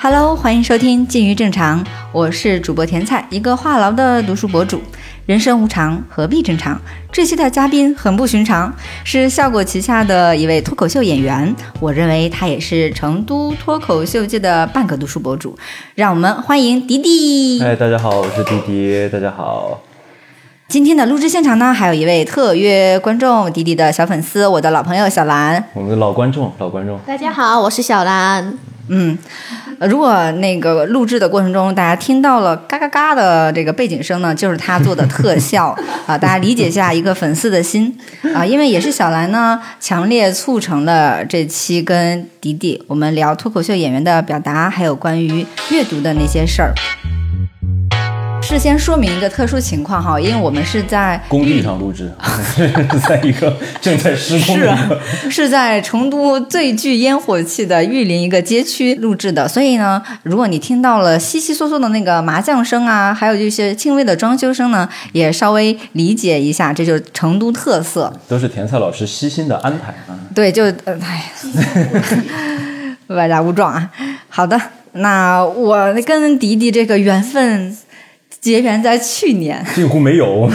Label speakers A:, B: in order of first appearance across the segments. A: Hello，欢迎收听《近于正常》，我是主播甜菜，一个话痨的读书博主。人生无常，何必正常？这期的嘉宾很不寻常，是效果旗下的一位脱口秀演员，我认为他也是成都脱口秀界的半个读书博主。让我们欢迎迪迪。
B: 嗨，哎大家好，我是迪迪，大家好。
A: 今天的录制现场呢，还有一位特约观众，迪迪的小粉丝，我的老朋友小兰。
B: 我们的老观众，老观众，
C: 大家好，我是 小兰。
A: 嗯，呃如果那个录制的过程中大家听到了嘎嘎嘎的这个背景声呢，就是他做的特效啊，大家理解一下一个粉丝的心啊，因为也是小兰呢强烈促成了这期跟迪迪我们聊脱口秀演员的表达，还有关于阅读的那些事儿。事先说明一个特殊情况哈，因为我们是在
B: 工地上录制， 在一个 正在施工
A: 是
B: 的
A: 啊
B: 一个，
A: 是在成都最具烟火气的玉林一个街区录制的，所以呢，如果你听到了悉悉嗦嗦的那个麻将声啊，还有一些轻微的装修声呢，也稍微理解一下，这就是成都特色。
B: 都是甜菜老师悉心的安 排啊。
A: 对，就呃，哎， 歪打误撞啊。好的，那我跟迪迪这个缘分结缘在去年，
B: 几乎没有，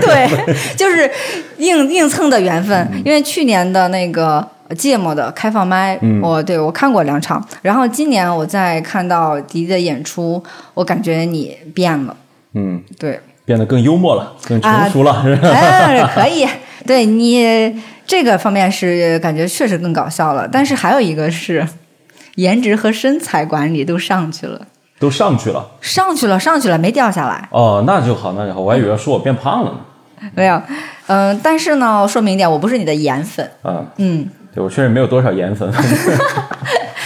A: 对，就是硬硬蹭的缘分。因为去年的那个芥末的开放麦，
B: 嗯
A: 我对我看过两场，然后今年我再看到迪迪的演出，我感觉你变了，
B: 嗯，
A: 对，
B: 变得更幽默了，更成熟了，是吧？
A: 哎，可以，对你这个方面是感觉确实更搞笑了，但是还有一个是颜值和身材管理都上去了，
B: 都上去了。
A: 上去了，上去了，没掉下来。
B: 哦，那就好，那就好，我还以为要说我变胖了呢。
A: 没有，嗯、但是呢，说明一点，我不是你的颜粉，
B: 啊，
A: 嗯，
B: 对我确实没有多少颜粉，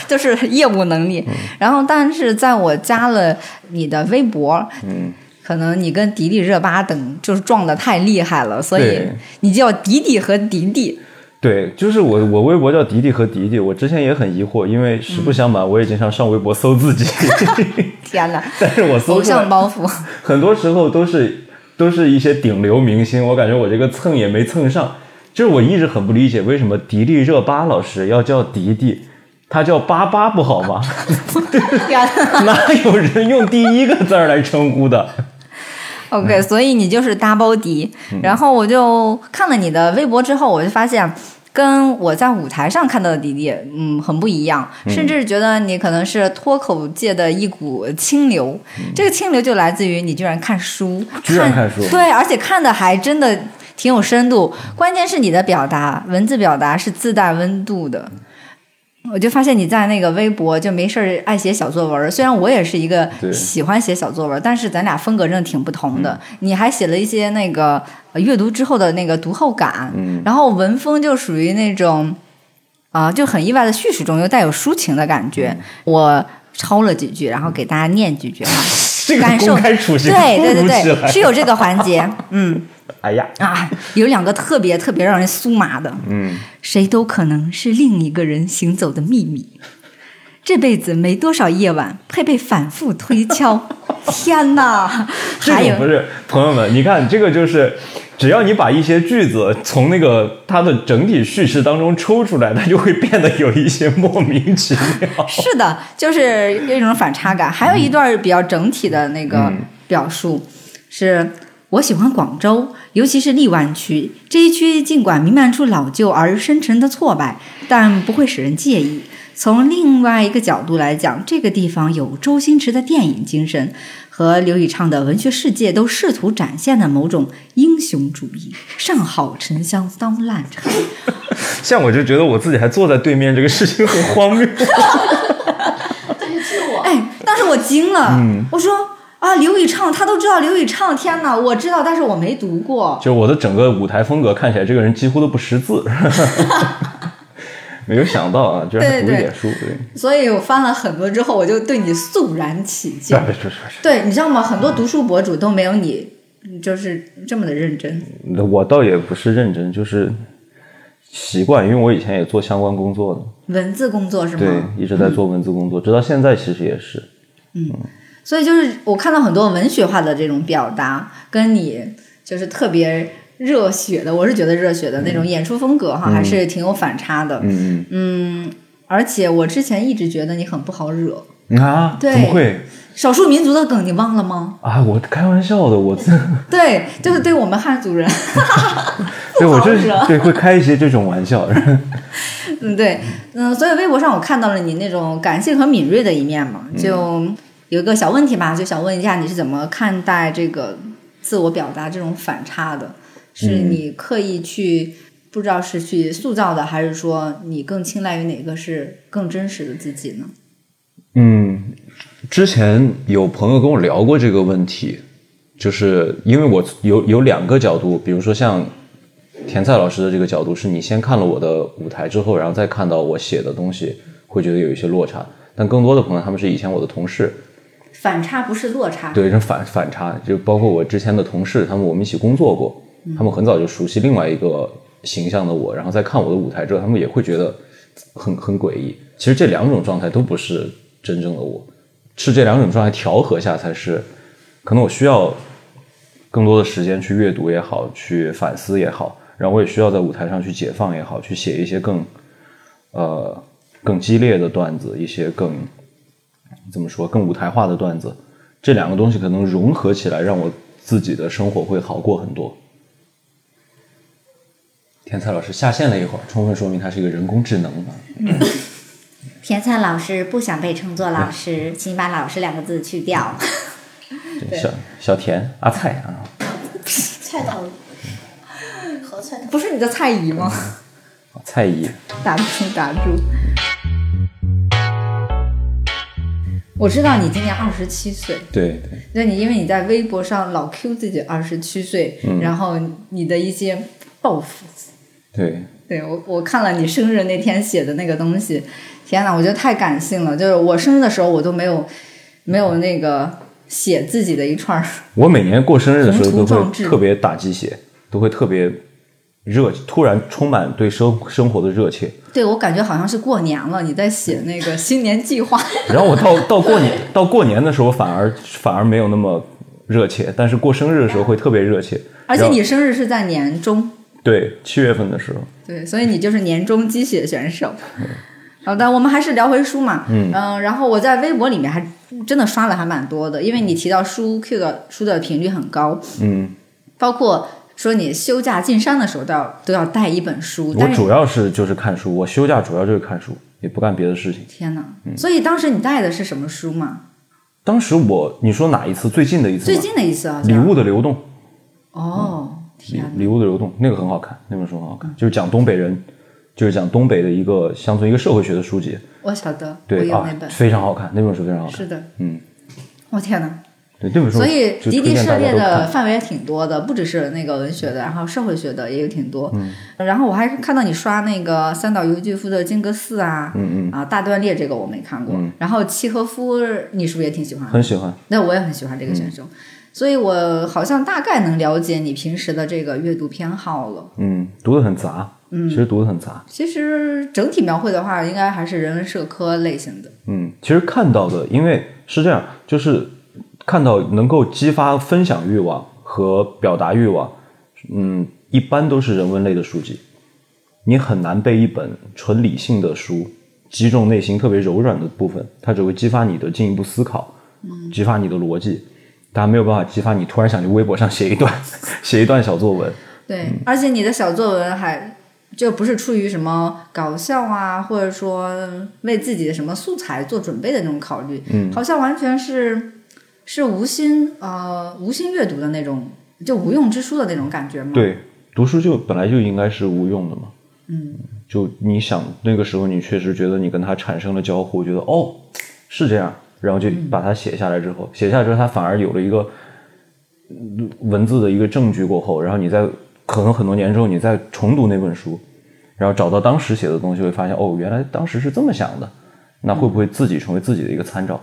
A: 就是业务能
B: 嗯
A: 力。然后，但是在我加了你的微博，
B: 嗯，
A: 可能你跟迪丽热巴等就是撞的太厉害了，所以
B: 对
A: 你叫迪迪和迪迪，
B: 对，就是我，我微博叫迪迪和迪迪，我之前也很疑惑，因为实不相瞒，我也经常上微博搜自己，
A: 天哪，
B: 但是我搜
A: 偶
B: 出来
A: 像包袱。
B: 很多时候都是都是一些顶流明星，我感觉我这个蹭也没蹭上。就是我一直很不理解，为什么迪丽热巴老师要叫迪迪，她叫巴巴不好 吗？哪有人用第一个字儿来称呼的？嗯
A: OK，所以你就是大包迪。然后我就看了你的微博之后，我就发现。跟我在舞台上看到的迪迪，嗯，很不一样，甚至觉得你可能是脱口界的一股清流。这个清流就来自于你居然看书，
B: 居然看书
A: 对，而且看的还真的挺有深度。关键是你的表达，文字表达是自带温度的。我就发现你在那个微博就没事儿爱写小作文儿，虽然我也是一个
B: 对
A: 喜欢写小作文儿，但是咱俩风格真的挺不同的。
B: 嗯
A: 你还写了一些那个呃阅读之后的那个读后感，
B: 嗯
A: 然后文风就属于那种啊、就很意外的叙事中又带有抒情的感
B: 嗯
A: 觉。我抄了几句，然后给大家念几句啊，
B: 这个
A: 感
B: 公
A: 受
B: 开处刑，
A: 对对
B: 突如
A: 对
B: 其
A: 对，
B: 来
A: 是有这个环节，嗯。
B: 哎呀，
A: 啊，有两个特别特别让人酥麻的，
B: 嗯，
A: 谁都可能是另一个人行走的秘密。这辈子没多少夜晚，佩佩反复推敲。天哪，
B: 这
A: 还
B: 种不
A: 有
B: 是朋友们，你看这个就是，只要你把一些句子从那个它的整体叙事当中抽出来，它就会变得有一些莫名其妙。
A: 是的，就是有一种反差感。还有一段比较整体的那个表述、是。我喜欢广州，尤其是荔湾区这一区，尽管弥漫出老旧而深沉的挫败，但不会使人介意。从另外一个角度来讲，这个地方有周星驰的电影精神和刘以畅的文学世界都试图展现的某种英雄主义。上好沉香当烂茶，
B: 像我就觉得我自己还坐在对面，这个事情很荒谬。
C: 对不起，我
A: 哎，当时我惊了，
B: 嗯
A: 我说啊，刘以畅，他都知道刘以畅，天哪，我知道，但是我没读过。
B: 就是我的整个舞台风格看起来，这个人几乎都不识字。 没有想到啊，居然还读一点书，对，
A: 所以我翻了很多之后，我就对你肃然起敬
B: 别。别别别
A: 对，你知道吗？很多读书博主都没有你嗯就是这么的认真。
B: 别，我倒也不是认真，就是习惯，因为我以前也做相关工作的，
A: 文字工作是
B: 对
A: 吗？，嗯
B: 一直在做文字工作，直到现在其实也是，
A: 所以就是我看到很多文学化的这种表达，跟你就是特别热血的，我是觉得热血的那种演出风格哈，还是挺有反差的。
B: 嗯嗯嗯，
A: 而且我之前一直觉得你很不好惹，
B: 啊，
A: 对
B: 怎么会
A: 少数民族的梗你忘了吗？
B: 啊？我开玩笑 的，我
A: 对，就是对我们汉族人，
B: 对我这
A: 不好惹
B: 对会开一些这种玩笑，
A: 嗯，对，嗯、所以微博上我看到了你那种感性和敏锐的一面嘛，就有一个小问题吧，就想问一下你是怎么看待这个自我表达这种反差的？是你刻意去不知道是去塑造的，还是说你更青睐于哪个是更真实的自己呢？
B: 嗯，之前有朋友跟我聊过这个问题，就是因为我有有两个角度，比如说像田菜老师的这个角度，是你先看了我的舞台之后，然后再看到我写的东西，会觉得有一些落差。但更多的朋友，他们是以前我的同事，
A: 反差不是落差，
B: 对，这反反差，就包括我之前的同事，他们我们一起工作过，他们很早就熟悉另外一个形象的我，然后再看我的舞台之后，他们也会觉得很很诡异。其实这两种状态都不是真正的我，是这两种状态调和下才是，可能我需要更多的时间去阅读也好，去反思也好，然后我也需要在舞台上去解放也好，去写一些更呃更激烈的段子，一些更怎么说更舞台化的段子。这两个东西可能融合起来，让我自己的生活会好过很多。天才老师下线了一会儿，充分说明他是一个人工智能啊。
D: 甜菜老师不想被称作老师，请把“老师”两个字去掉。
B: 这小小田阿菜啊，
C: 菜头和菜头，
A: 不是你的菜姨吗？
B: 菜姨，
A: 打住，打住。我知道你今年二十七岁，
B: 对对，
A: 那你因为你在微博上老 Q 自己二十七岁，然后你的一些抱负，
B: 对，
A: 对我我看了你生日那天写的那个东西，天哪，我觉得太感性了。就是我生日的时候，我都没有没有那个写自己的一串儿，
B: 我每年过生日的时候
A: 宏
B: 都
A: 图壮
B: 会
A: 志
B: 特别打鸡血，都会特别热，突然充满对生生活的热切。
A: 对我感觉好像是过年了，你在写那个新年计划。
B: 然后我到 到过年到过年的时候，反而反而没有那么热切，但是过生日的时候会特别热切。
A: 而且
B: 然后
A: 你生日是在年中，
B: 对七月份的时候，
A: 对，所以你就是年终鸡血选手。
B: 嗯
A: 好的，我们还是聊回书嘛。嗯、然后我在微博里面还真的刷的还蛮多的，因为你提到书 Q 的书的频率很高，
B: 嗯，
A: 包括说你休假进山的时候都要都要带一本书。
B: 我
A: 但是
B: 主要是就是看书，我休假主要就是看书，也不干别的事情。
A: 天哪！
B: 嗯
A: 所以当时你带的是什么书嘛？
B: 当时我你说哪一次最近的一次
A: 最
B: 吗？
A: 近的一次啊，
B: 礼物的流动，
A: 哦，
B: 礼
A: 天哪！
B: 礼物的流动那个很好看，那本书很好
A: 嗯
B: 看，就是讲东北人，就是讲东北的一个乡村一个社会学的书籍，
A: 我晓得，我
B: 对
A: 有
B: 啊
A: 那本，，
B: 非常好看，那本书非常好看，
A: 是的，
B: 嗯，
A: 我、天哪！
B: 对那本书，
A: 所以
B: 就
A: 迪
B: 推
A: 迪
B: 荐
A: 涉
B: 大家
A: 猎
B: 都
A: 的
B: 看。
A: 范围也挺多的，不只是那个文学的，然后社会学的也有挺多。
B: 嗯
A: 然后我还看到你刷那个三岛由纪夫的《金阁寺》啊，
B: 嗯
A: 啊大断裂这个我没看过。然后契诃夫你是不是也挺喜欢？
B: 很喜嗯欢，
A: 那我也很喜欢这个选手，所以我好像大概能了解你平时的这个阅读偏好了。
B: 嗯，读的很杂，嗯，其实读的很杂，
A: 其实整体描绘的话，应该还是人文社科类型的。
B: 嗯，其实看到的，因为是这样，就是看到能够激发分享欲望和表达欲望，嗯，一般都是人文类的书籍。你很难被一本纯理性的书击中内心特别柔软的部分，它只会激发你的进一步思考，激发你的逻辑，但没有办法激发你突然想去微博上写一段 写一段小作文。
A: 对，而且你的小作文还就不是出于什么搞笑啊，或者说为自己的什么素材做准备的那种考虑，嗯，好像完全是是无心呃无心阅读的那种，就无用之书的那种感觉嘛。，
B: 对，读书就本来就应该是无用的嘛。嗯，就你想那个时候，你确实觉得你跟他产生了交互，觉得哦是这样，然后就把它写下来之后，写下来之后，它反而有了一个嗯文字的一个证据过后，然后你在可能很多年之后，你再重读那本书，然后找到当时写的东西，会发现哦，原来当时是这么想的。那会不会自己成为自己的一个参照？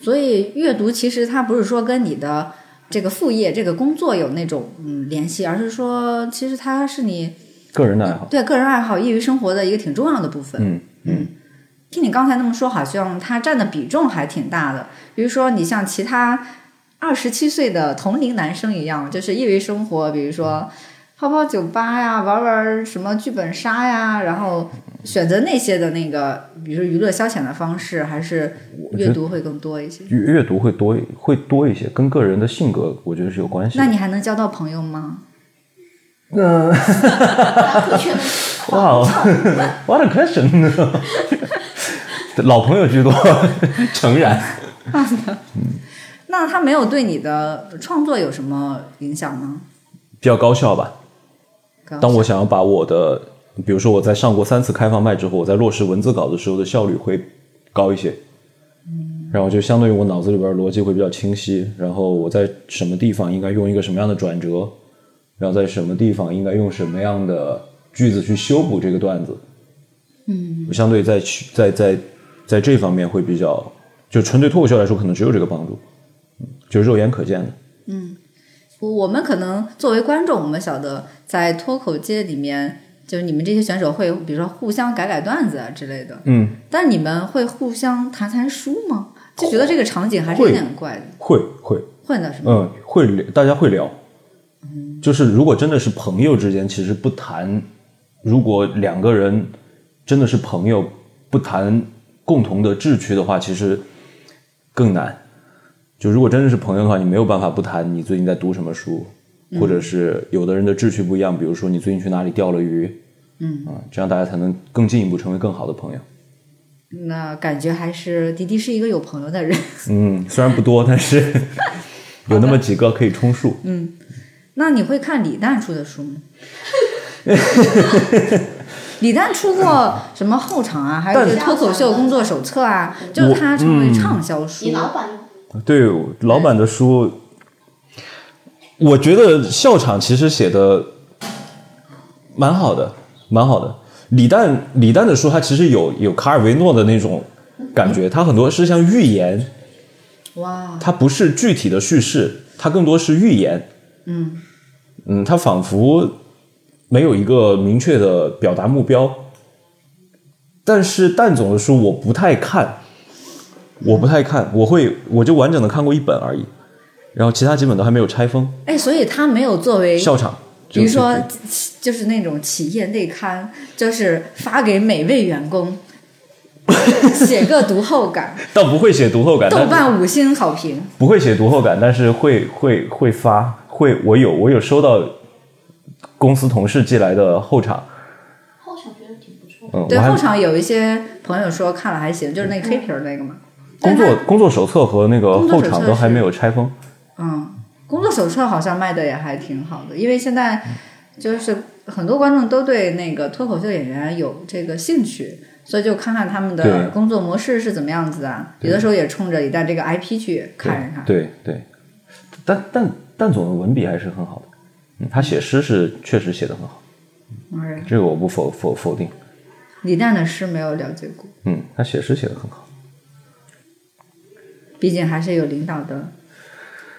A: 所以阅读其实它不是说跟你的这个副业、这个工作有那种嗯联系，而是说其实它是你
B: 个人的爱好，
A: 对个人爱好、业余生活的一个挺重要的部分。
B: 嗯
A: 听你刚才那么说，好像它占的比重还挺大的。比如说，你像其他二十七岁的同龄男生一样，就是业余生活，比如说泡泡酒吧呀，玩玩什么剧本杀呀，然后选择那些的那个，比如娱乐消遣的方式，还是阅读会更多一些。
B: 阅阅读会多会多一些，跟个人的性格我觉得是有关系的。
A: 那你还能交到朋友吗？
C: 不全
B: 哇哦，What a question！老朋友居多， 诚然。
A: 那他没有对你的创作有什么影响吗？
B: 比较高效吧。
A: 刚
B: 当我想要把我的，比如说我在上过三次开放麦之后，我在落实文字稿的时候的效率会高一些。然后就相当于我脑子里边逻辑会比较清晰，然后我在什么地方应该用一个什么样的转折，然后在什么地方应该用什么样的句子去修补这个段子。嗯，相对在去在在在这方面会比较，就纯对脱口秀来说，可能只有这个帮助，嗯就肉眼可见的。
A: 我我们可能作为观众，我们晓得在脱口界里面，就是你们这些选手会，比如说互相改改段子啊之类的。
B: 嗯，
A: 但你们会互相谈谈书吗？就觉得这个场景还是有
B: 会
A: 点怪的，
B: 会会，
A: 混的是吗？
B: 嗯，会聊，大家会聊。就是如果真的是朋友之间，其实不谈；如果两个人真的是朋友，不谈共同的志趣的话，其实更难。就如果真的是朋友的话，你没有办法不谈你最近在读什么书，或者是有的人的志趣不一样，比如说你最近去哪里钓了鱼，嗯啊，这样大家才能更进一步成为更好的朋友。
A: 那感觉还是迪迪是一个有朋友的人。
B: 嗯，虽然不多，但是 有那么几个可以充数。
A: 那你会看李诞出的书吗？ 李诞出过什么后场啊，还有
C: 但
A: 这个脱口秀工作手册啊，就是他成为畅销书。
C: 你老板
B: 对老板的书，我觉得校场其实写的蛮好的，蛮好的。李诞李诞的书，他其实有有卡尔维诺的那种感觉，他很多是像寓言，
A: 哇，
B: 它不是具体的叙事，它更多是预言。嗯嗯，它仿佛没有一个明确的表达目标。但是蛋总的书我不太看，我不太看，我会我就完整的看过一本而已，然后其他几本都还没有拆封。
A: 哎，所以他没有作为
B: 校场，
A: 比如说
B: 这个是，
A: 就是那种企业内刊，就是发给每位员工，写个读后 感，
B: 倒不会写读后感，
A: 豆
B: 但
A: 瓣五星好评。
B: 不会写读后感，但是会会会发，会我有我有收到公司同事寄来的后场，
C: 后场觉得挺不错。
B: 嗯，
A: 对，
B: 我还
A: 后场有一些朋友说看了还行，就是那个黑皮儿那个嘛。
B: 工
A: 但
B: 作
A: 他
B: 工作手册和那个
A: 工作
B: 后
A: 手
B: 场
A: 册
B: 都还
A: 是
B: 没有拆封，
A: 嗯，工作手册好像卖的也还挺好的，因为现在就是很多观众都对那个脱口秀演员有这个兴趣，所以就看看他们的
B: 对
A: 工作模式是怎么样子啊。有的时候也冲着一旦这个 IP 去看一看。
B: 对对，但但但总的文笔还是很好的，嗯他写诗是确实写的很好，
A: 嗯，
B: 这个我不否否否定。
A: 李诞的诗没有了解过。
B: 嗯，他写诗写的很好。
A: 毕竟还是有领导的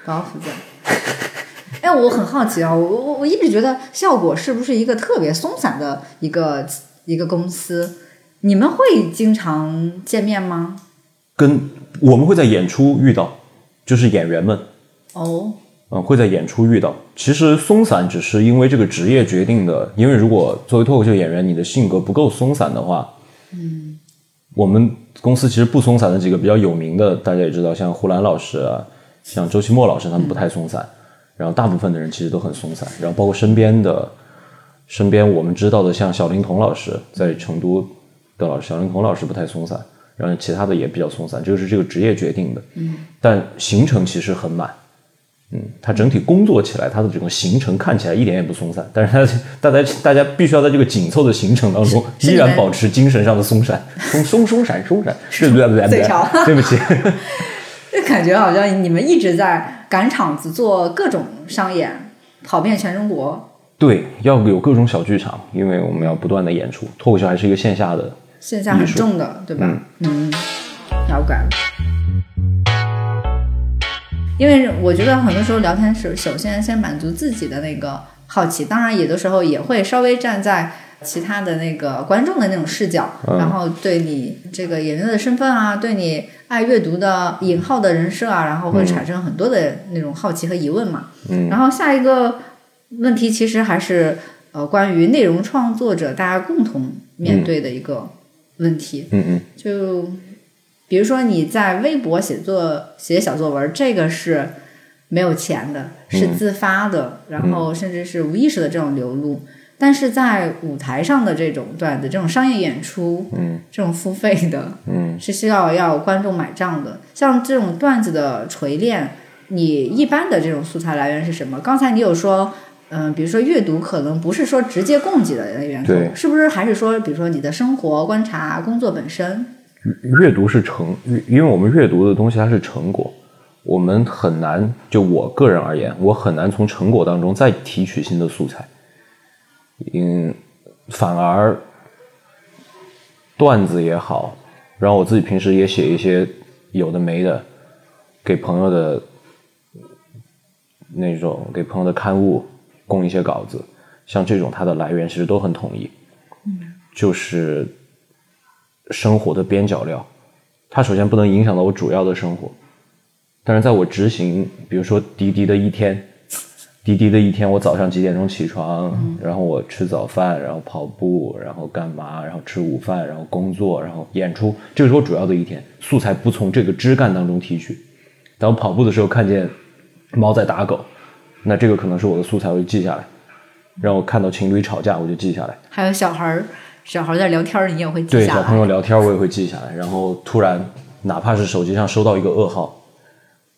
A: 包袱在。 哎，我很好奇啊，我我我一直觉得效果是不是一个特别松散的一个一个公司？你们会经常见面吗？
B: 跟我们会在演出遇到，就是演员们，
A: 哦，
B: 嗯，会在演出遇到。其实松散只是因为这个职业决定的，因为如果作为脱口秀演员，你的性格不够松散的话，嗯，我们公司其实不松散的几个比较有名的，大家也知道，像胡兰老师啊，像周奇墨老师，他们不太松散。然后大部分的人其实都很松散，然后包括身边的，身边我们知道的，像小灵童老师在成都的老师，小灵童老师不太松散，然后其他的也比较松散，这个是这个职业决定的。嗯，但行程其实很满。嗯，它整体工作起来，它的这种行程看起来一点也不松散，但是它大家大家必须要在这个紧凑的行程当中，
A: 是
B: 依
A: 你
B: 然
A: 们
B: 保持精神上的松散，松松松散松散，对不对？对不
A: 嘴瓢
B: 对？对不起，
A: 这感觉好像你们一直在赶场子做各种商演，跑遍全中国。
B: 对，要有各种小剧场，因为我们要不断的演出，脱口秀还是一个线下的
A: 线下很
B: 艺术
A: 重的，对吧？嗯，了解了。因为我觉得很多时候聊天是首先先满足自己的那个好奇，当然有的时候也会稍微站在其他的那个观众的那种视角，
B: 嗯
A: 然后对你这个演员的身份啊，对你爱阅读的引号的人设啊，然后会产生很多的那种好奇和疑问嘛。
B: 嗯
A: 然后下一个问题其实还是呃关于内容创作者大家共同面对的一个问题。
B: 嗯嗯
A: 就比如说你在微博写作写小作文，这个是没有钱的，是自发的，然后甚至是无意识的这种流露。但是在舞台上的这种段子、这种商业演出、
B: 嗯
A: 这种付费的，
B: 嗯
A: 是需要要观众买账的。像这种段子的锤炼，你一般的这种素材来源是什么？刚才你有说，嗯、比如说阅读可能不是说直接供给的来源口
B: 对，
A: 是不是还是说，比如说你的生活观察、工作本身？
B: 阅读是成，因为我们阅读的东西它是成果，我们很难，就我个人而言，我很难从成果当中再提取新的素材。嗯，反而段子也好，然后我自己平时也写一些有的没的，给朋友的那种给朋友的刊物供一些稿子，像这种它的来源其实都很统一，就是生活的边角料。它首先不能影响到我主要的生活，但是在我执行，比如说滴滴的一天，滴滴的一天，我早上几点钟起床，然后我吃早饭，然后跑步，然后干嘛，然后吃午饭，然后工作，然后演出，这个是我主要的一天。素材不从这个枝干当中提取。当我跑步的时候看见猫在打狗，那这个可能是我的素材，我就记下来。让我看到情侣吵架，我就记下来。
A: 还有小孩儿，小孩儿在聊天儿，你也会记
B: 对
A: 下
B: 小朋
A: 来。
B: 友聊天，我也会记下来。然后突然，哪怕是手机上收到一个噩耗，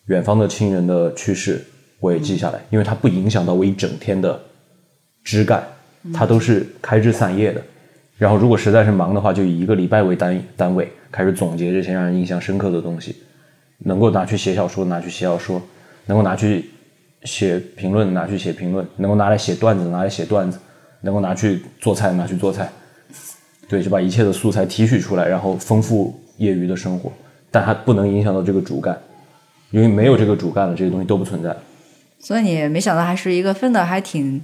B: 远方的亲人的去世，我也记下来，因为它不影响到我一整天的枝干，
A: 嗯
B: 它都是开枝散叶的。然后如果实在是忙的话，就以一个礼拜为单单位，开始总结这些让人印象深刻的东西，能够拿去写小说，拿去写小说，能够拿去写评论，拿去写评论，能够拿来写段子，拿来写段子，能够拿去做菜，拿去做菜。对，就把一切的素材提取出来，然后丰富业余的生活，但它不能影响到这个主干，因为没有这个主干了，这些东西都不存在。
A: 所以你没想到还是一个分的还挺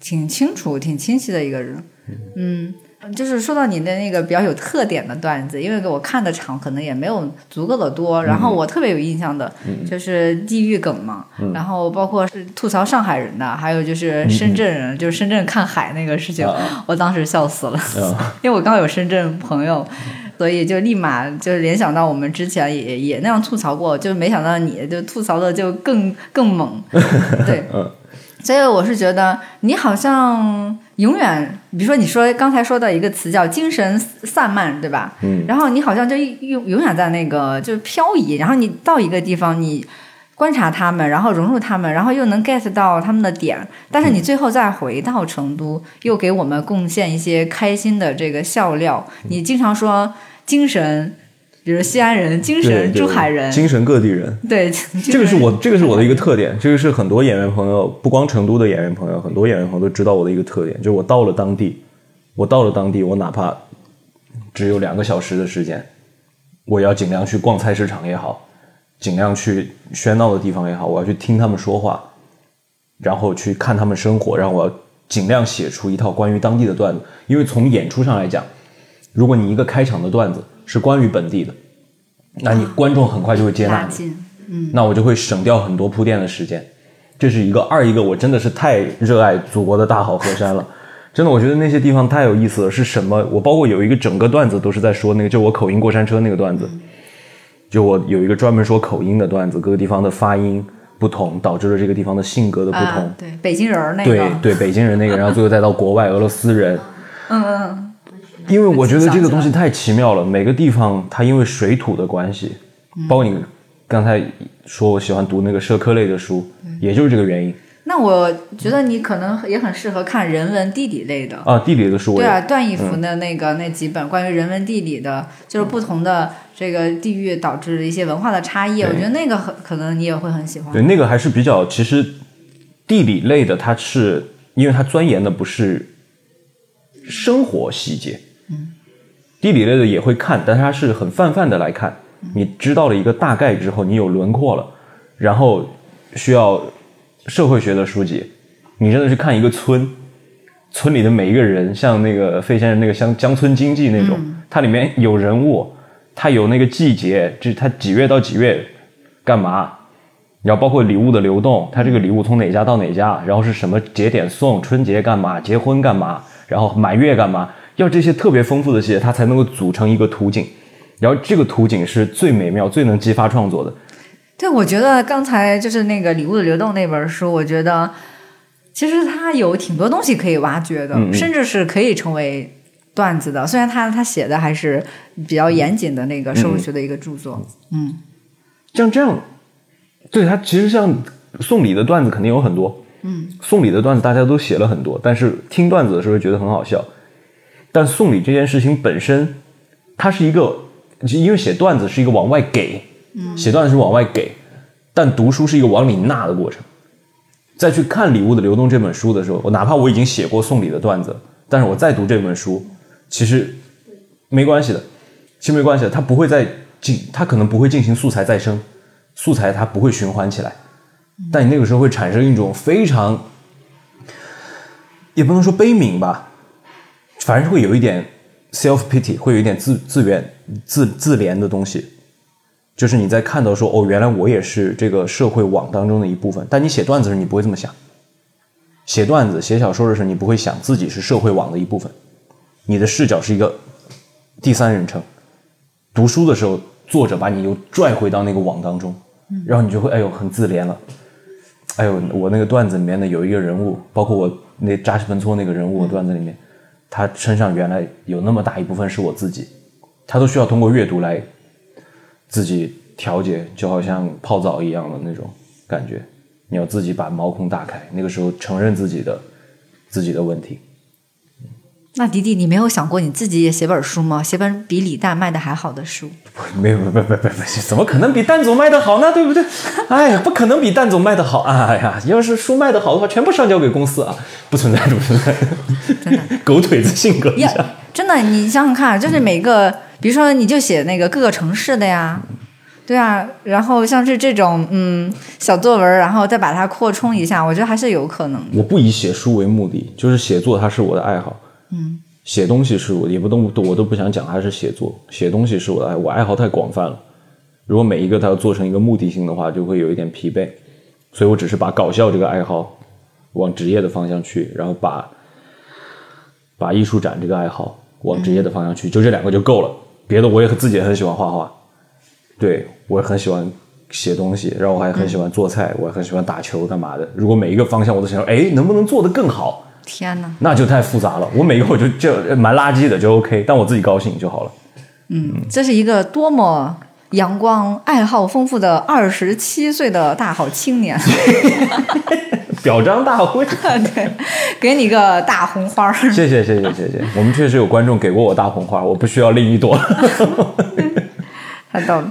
A: 挺清楚、挺清晰的一个人。嗯，就是说到你的那个比较有特点的段子，因为我看的场可能也没有足够的
B: 嗯
A: 多，然后我特别有印象的就是地域梗嘛，
B: 嗯
A: 然后包括是吐槽上海人的，还有就是深圳人，就是深圳看海那个事情，
B: 嗯啊啊
A: 我当时笑死了。
B: 啊，
A: 因为我刚好有深圳朋友，所以就立马就联想到我们之前也也那样吐槽过，就没想到你就吐槽的就更更猛， 对，
B: 嗯
A: 所以我是觉得你好像永远，比如说你说刚才说的一个词叫精神散漫，对吧？
B: 嗯，
A: 然后你好像就一永永远在那个就是漂移，然后你到一个地方你。观察他们，然后融入他们，然后又能 get 到他们的点，但是你最后再回到成都，又给我们贡献一些开心的这个笑料。你经常说精神，比如西安人、精
B: 对
A: 神
B: 嗯对
A: 珠海人，
B: 精神各地人，
A: 对，精
B: 这个是
A: 神
B: 我这个是我的一个特点，这个是很多演员朋友，不光成都的演员朋友，很多演员朋友都知道我的一个特点，就是我到了当地，我到了当地，我哪怕只有两个小时的时间，我要尽量去逛菜市场也好，尽量去喧闹的地方也好，我要去听他们说话，然后去看他们生活，然后我要尽量写出一套关于当地的段子，因为从演出上来讲，如果你一个开场的段子是关于本地的，那你观众很快就会接纳
A: 拉
B: 你。
A: 近。
B: 那我就会省掉很多铺垫的时间。这是一个，二一个我真的是太热爱祖国的大好河山了，真的，我觉得那些地方太有意思了。是什么？我包括有一个整个段子都是在说那个，就我口音过山车那个段子，就我有一个专门说口音的段子，各个地方的发音不同，导致了这个地方的性格的不同。
A: 啊、对，北京人儿那
B: 对
A: 个，
B: 对，北京人那个，然后最后再到国外俄罗斯人，
A: 嗯嗯
B: 因为我觉得这个东西太奇妙了，每个地方它因为水土的关系，
A: 嗯
B: 包括你刚才说我喜欢读那个社科类的书，也就是这个原因
A: 嗯。那我觉得你可能也很适合看人文地理类的。
B: 啊。地理的书我
A: 对
B: 也嗯
A: 啊，段义孚的那个、那几本关于人文地理的，就是不同的这个地域导致的一些文化的差异，
B: 对
A: 我觉得那个很可能你也会很喜欢。
B: 对那个还是比较，其实地理类的它是因为它钻研的不是生活细节，嗯，地理类的也会看，但是它是很泛泛的来看。你知道了一个大概之后，你有轮廓了，然后需要社会学的书籍，你真的是看一个村，村里的每一个人，像那个费先生那个乡乡村经济那种，
A: 嗯
B: 它里面有人物，它有那个季节，就是它几月到几月干嘛，然后包括礼物的流动，它这个礼物从哪家到哪家，然后是什么节点送，春节干嘛，结婚干嘛，然后满月干嘛，要这些特别丰富的细节，它才能够组成一个图景。然后这个图景是最美妙、最能激发创作的。
A: 对，我觉得刚才就是那个《礼物的流动》那本书，我觉得其实它有挺多东西可以挖掘的，
B: 嗯嗯
A: 甚至是可以成为段子的。虽然他他写的还是比较严谨的
B: 嗯
A: 那个社会学的一个著作，嗯
B: 像这样，对它其实像送礼的段子肯定有很多，嗯，送礼的段子大家都写了很多，但是听段子的时候觉得很好笑。但送礼这件事情本身，它是一个，就因为写段子是一个往外给，嗯，写段子是往外给，但读书是一个往里纳的过程。再去看《礼物的流动》这本书的时候，我哪怕我已经写过送礼的段子，但是我再读这本书，其实没关系的，其实没关系的，它不会再进，它可能不会进行素材再生，素材它不会循环起来，但你那个时候会产生一种非常，也不能说悲悯吧，反正会有一点 self pity，会有一点自自怨自自怜的东西，就是你在看到说哦，原来我也是这个社会网当中的一部分，但你写段子的时候你不会这么想，写段子写小说的时候你不会想自己是社会网的一部分，你的视角是一个第三人称。读书的时候，作者把你又拽回到那个网当中，然后你就会哎呦很自怜了，哎呦我那个段子里面的有一个人物，包括我那扎西彭措那个人物的段子里面，他身上原来有那么大一部分是我自己，他都需要通过阅读来自己调节，就好像泡澡一样的那种感觉，你要自己把毛孔打开，那个时候承认自己的自己的问题。
A: 那迪迪，你没有想过你自己也写本书吗？写本比李诞卖的还好的书？
B: 没有，没有没有没有没有，怎么可能比蛋总卖的好呢？对不 对？哎呀，不可能比蛋总卖的好啊！哎呀，要是书卖的好的话，全部上交给公司啊，不存在，不存在。真的， 狗腿子性格一
A: 呀
B: 下，
A: 真的，你想想看，就是每个，比如说你就写那个各个城市的呀，对啊，然后像是这种嗯小作文，然后再把它扩充一下，我觉得还是有可能的。
B: 我不以写书为目的，就是写作，它是我的爱好。嗯，写东西是我也不都我都不想讲，它是写作，写东西是我的爱，我爱好太广泛了。如果每一个它要做成一个目的性的话，就会有一点疲惫，所以我只是把搞笑这个爱好往职业的方向去，然后把把艺术展这个爱好往职业的方向去，就这两个就够了。别的我也自己也很喜欢画画，对我也很喜欢写东西，然后我还很喜欢做菜，我也很喜欢打球干嘛的。如果每一个方向我都想说，哎，能不能做得更好，
A: 天哪，
B: 那就太复杂了。我每个我就就蛮垃圾的就 OK，但我自己高兴就好了。
A: 这是一个多么阳光、爱好丰富的二十七岁的大好青年，
B: 表彰大会，
A: 对，给你个大红花儿。
B: 谢谢谢谢谢谢，我们确实有观众给过我大红花，我不需要另一朵。
A: 太逗了。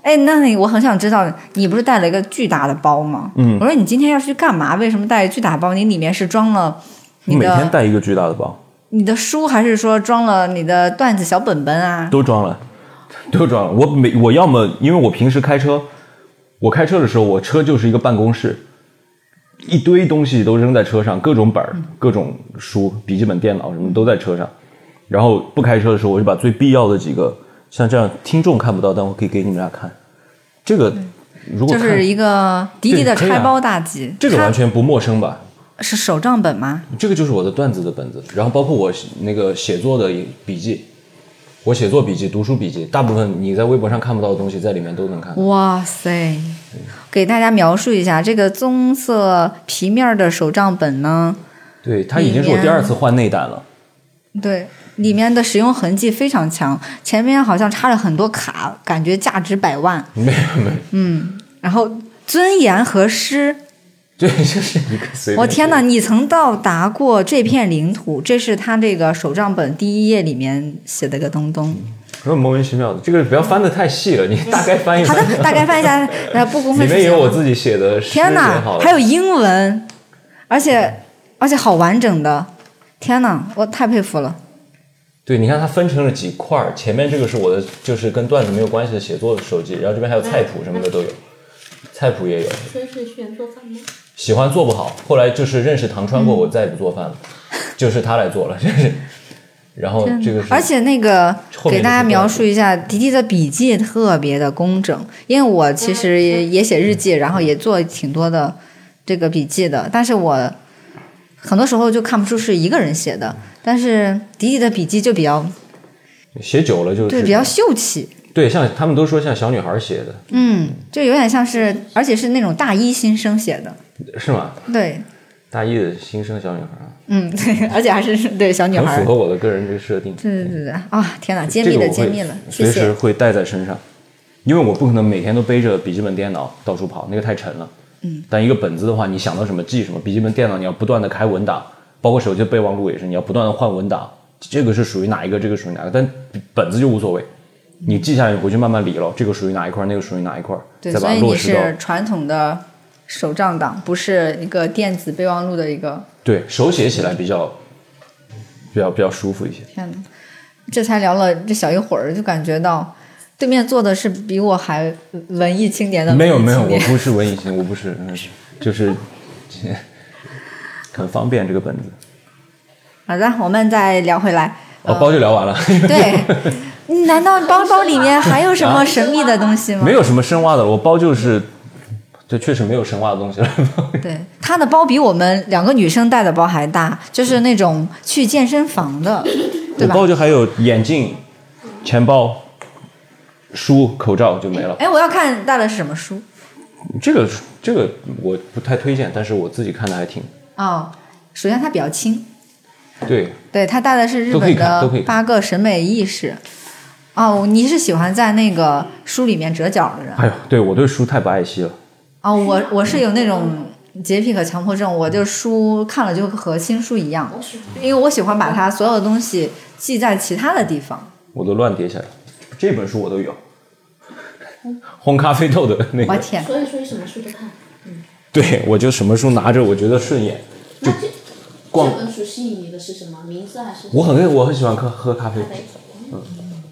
A: 哎，那你我很想知道，你不是带了一个巨大的包吗？
B: 嗯
A: 我说你今天要去干嘛？为什么带巨大包？你里面是装了
B: 你
A: 你
B: 每天
A: 的
B: 带一个巨大的包，
A: 你的书，还是说装了你的段子小本本啊？
B: 都装了，都装了。我每我要么因为我平时开车，我开车的时候，我车就是一个办公室，一堆东西都扔在车上，各种本
A: 嗯
B: 儿、各种书、笔记本电脑什么都在车上。然后不开车的时候，我就把最必要的几个，像这样听众看不到，但我可以给你们俩看。这个如果
A: 就
B: 看
A: 是一个迪迪的
B: 对可以啊
A: 拆包大集，
B: 这个完全不陌生吧？
A: 它是手账本吗？
B: 这个就是我的段子的本子，然后包括我那个写作的笔记，我写作笔记、读书笔记，大部分你在微博上看不到的东西，在里面都能看。
A: 哇塞！给大家描述一下这个棕色皮面儿的手账本呢，
B: 对，它已经是我第二次换内胆了。
A: 对，里面的使用痕迹非常强，前面好像插了很多卡，感觉价值百万。
B: 没有没有，
A: 然后尊严和诗，
B: 对，就是一个随便。
A: 我天哪！！ 你曾到达过这片领土，这是他这个手账本第一页里面写的个东 东。
B: 很莫名其妙的，这个不要翻的太细了，你大概翻一
A: 好
B: 翻。
A: 的，大概翻一下， 呃，不公
B: 里
A: 开
B: 面有我自己写的诗，
A: 天
B: 哪
A: 哪，，还有英文，而且而且好完整的，天哪，我太佩服了。
B: 对，你看它分成了几块儿，前面这个是我的，就是跟段子没有关系的写作手记，然后这边还有菜谱什么的都有，菜谱也有。
C: 真是学做饭吗？
B: 喜欢
A: 嗯
B: 做不好，后来就是认识唐川过，我再也不做饭了，就是他来做了，就是然后这个是
A: 而且那个
B: 后面
A: 给
B: 就
A: 大家
B: 不
A: 描
B: 断
A: 述一下，迪迪的笔记特别的工整，因为我其实也也写日记，然后也做挺多的这个笔记的，但是我很多时候就看不出是一个人写的，但是迪迪的笔记就比较
B: 写久了就是
A: 对比较秀气，
B: 对，像他们都说像小女孩写的，
A: 嗯，就有点像是，而且是那种大一新生写的，
B: 是吗？
A: 对，
B: 大一的新生小女孩啊，
A: 嗯，对，而且还是对小女
B: 很
A: 孩
B: 符
A: 儿
B: 合，我的个人这个设定。
A: 对对对对，啊、天哪，揭
B: 这
A: 秘
B: 个我
A: 了，
B: 会
A: 揭秘了，谢
B: 随时
A: 谢，
B: 会带在身上，因为我不可能每天都背着笔记本电脑到处跑，那个太沉了。嗯，但一个本子的话，你想到什么记什么。笔记本电脑你要不断的开文档，包括手机的备忘录也是，你要不断的换文档，这个是属于哪一个，这个属于哪个，但本子就无所谓。
A: 嗯
B: 你记下来，你回去慢慢理咯，这个属于哪一块，那个属于哪一块，
A: 对，
B: 再
A: 所
B: 把它
A: 以
B: 落
A: 你
B: 实到
A: 是传统的手账党，不是一个电子备忘录的一个，
B: 对手写起来比较比较比较舒服一些。
A: 天哪，这才聊了这小一会儿，就感觉到对面坐的是比我还文艺青年的
B: 没有
A: 文艺
B: 没有，
A: 青
B: 我
A: 年
B: 不是文艺青年，我不是，嗯 就是 很方便这个本子。
A: 好的，我们再聊回来，呃
B: 哦，包就聊完了，
A: 对，难道包包里面还有什么神秘的东西吗？
B: 啊没有什么深挖的了。我包就是，这确实没有深挖的东西了。
A: 对，他的包比我们两个女生带的包还大，就是那种去健身房的，对
B: 我
A: 吧？
B: 包就还有眼镜、钱包、书、口罩就没了。
A: 哎，我要看带的是什么书
B: 这个这个我不太推荐，但是我自己看的还挺
A: 哦。首先它比较轻，
B: 对。
A: 对，它带的是日
B: 都可以
A: 本
B: 看
A: 的
B: 都可以看
A: 八个审美意识。哦，你是喜欢在那个书里面折角的人
B: 哎呦，对我对书太不爱惜了。
A: 哦，我我是有那种洁癖和强迫症，我就书看了就和新书一样，因为我喜欢把它所有的东西记在其他的地方。
B: 我都乱叠起来了。这本书我都有，烘咖啡豆的那
A: 我
B: 个，
A: 天，
C: 所以说你什么书都看。
B: 对我就什么书拿着我觉得顺眼。
C: 那这
B: 逛
C: 这本书吸引你的是什么？名字还是
B: 我很我很喜欢喝喝咖啡，
C: 咖啡？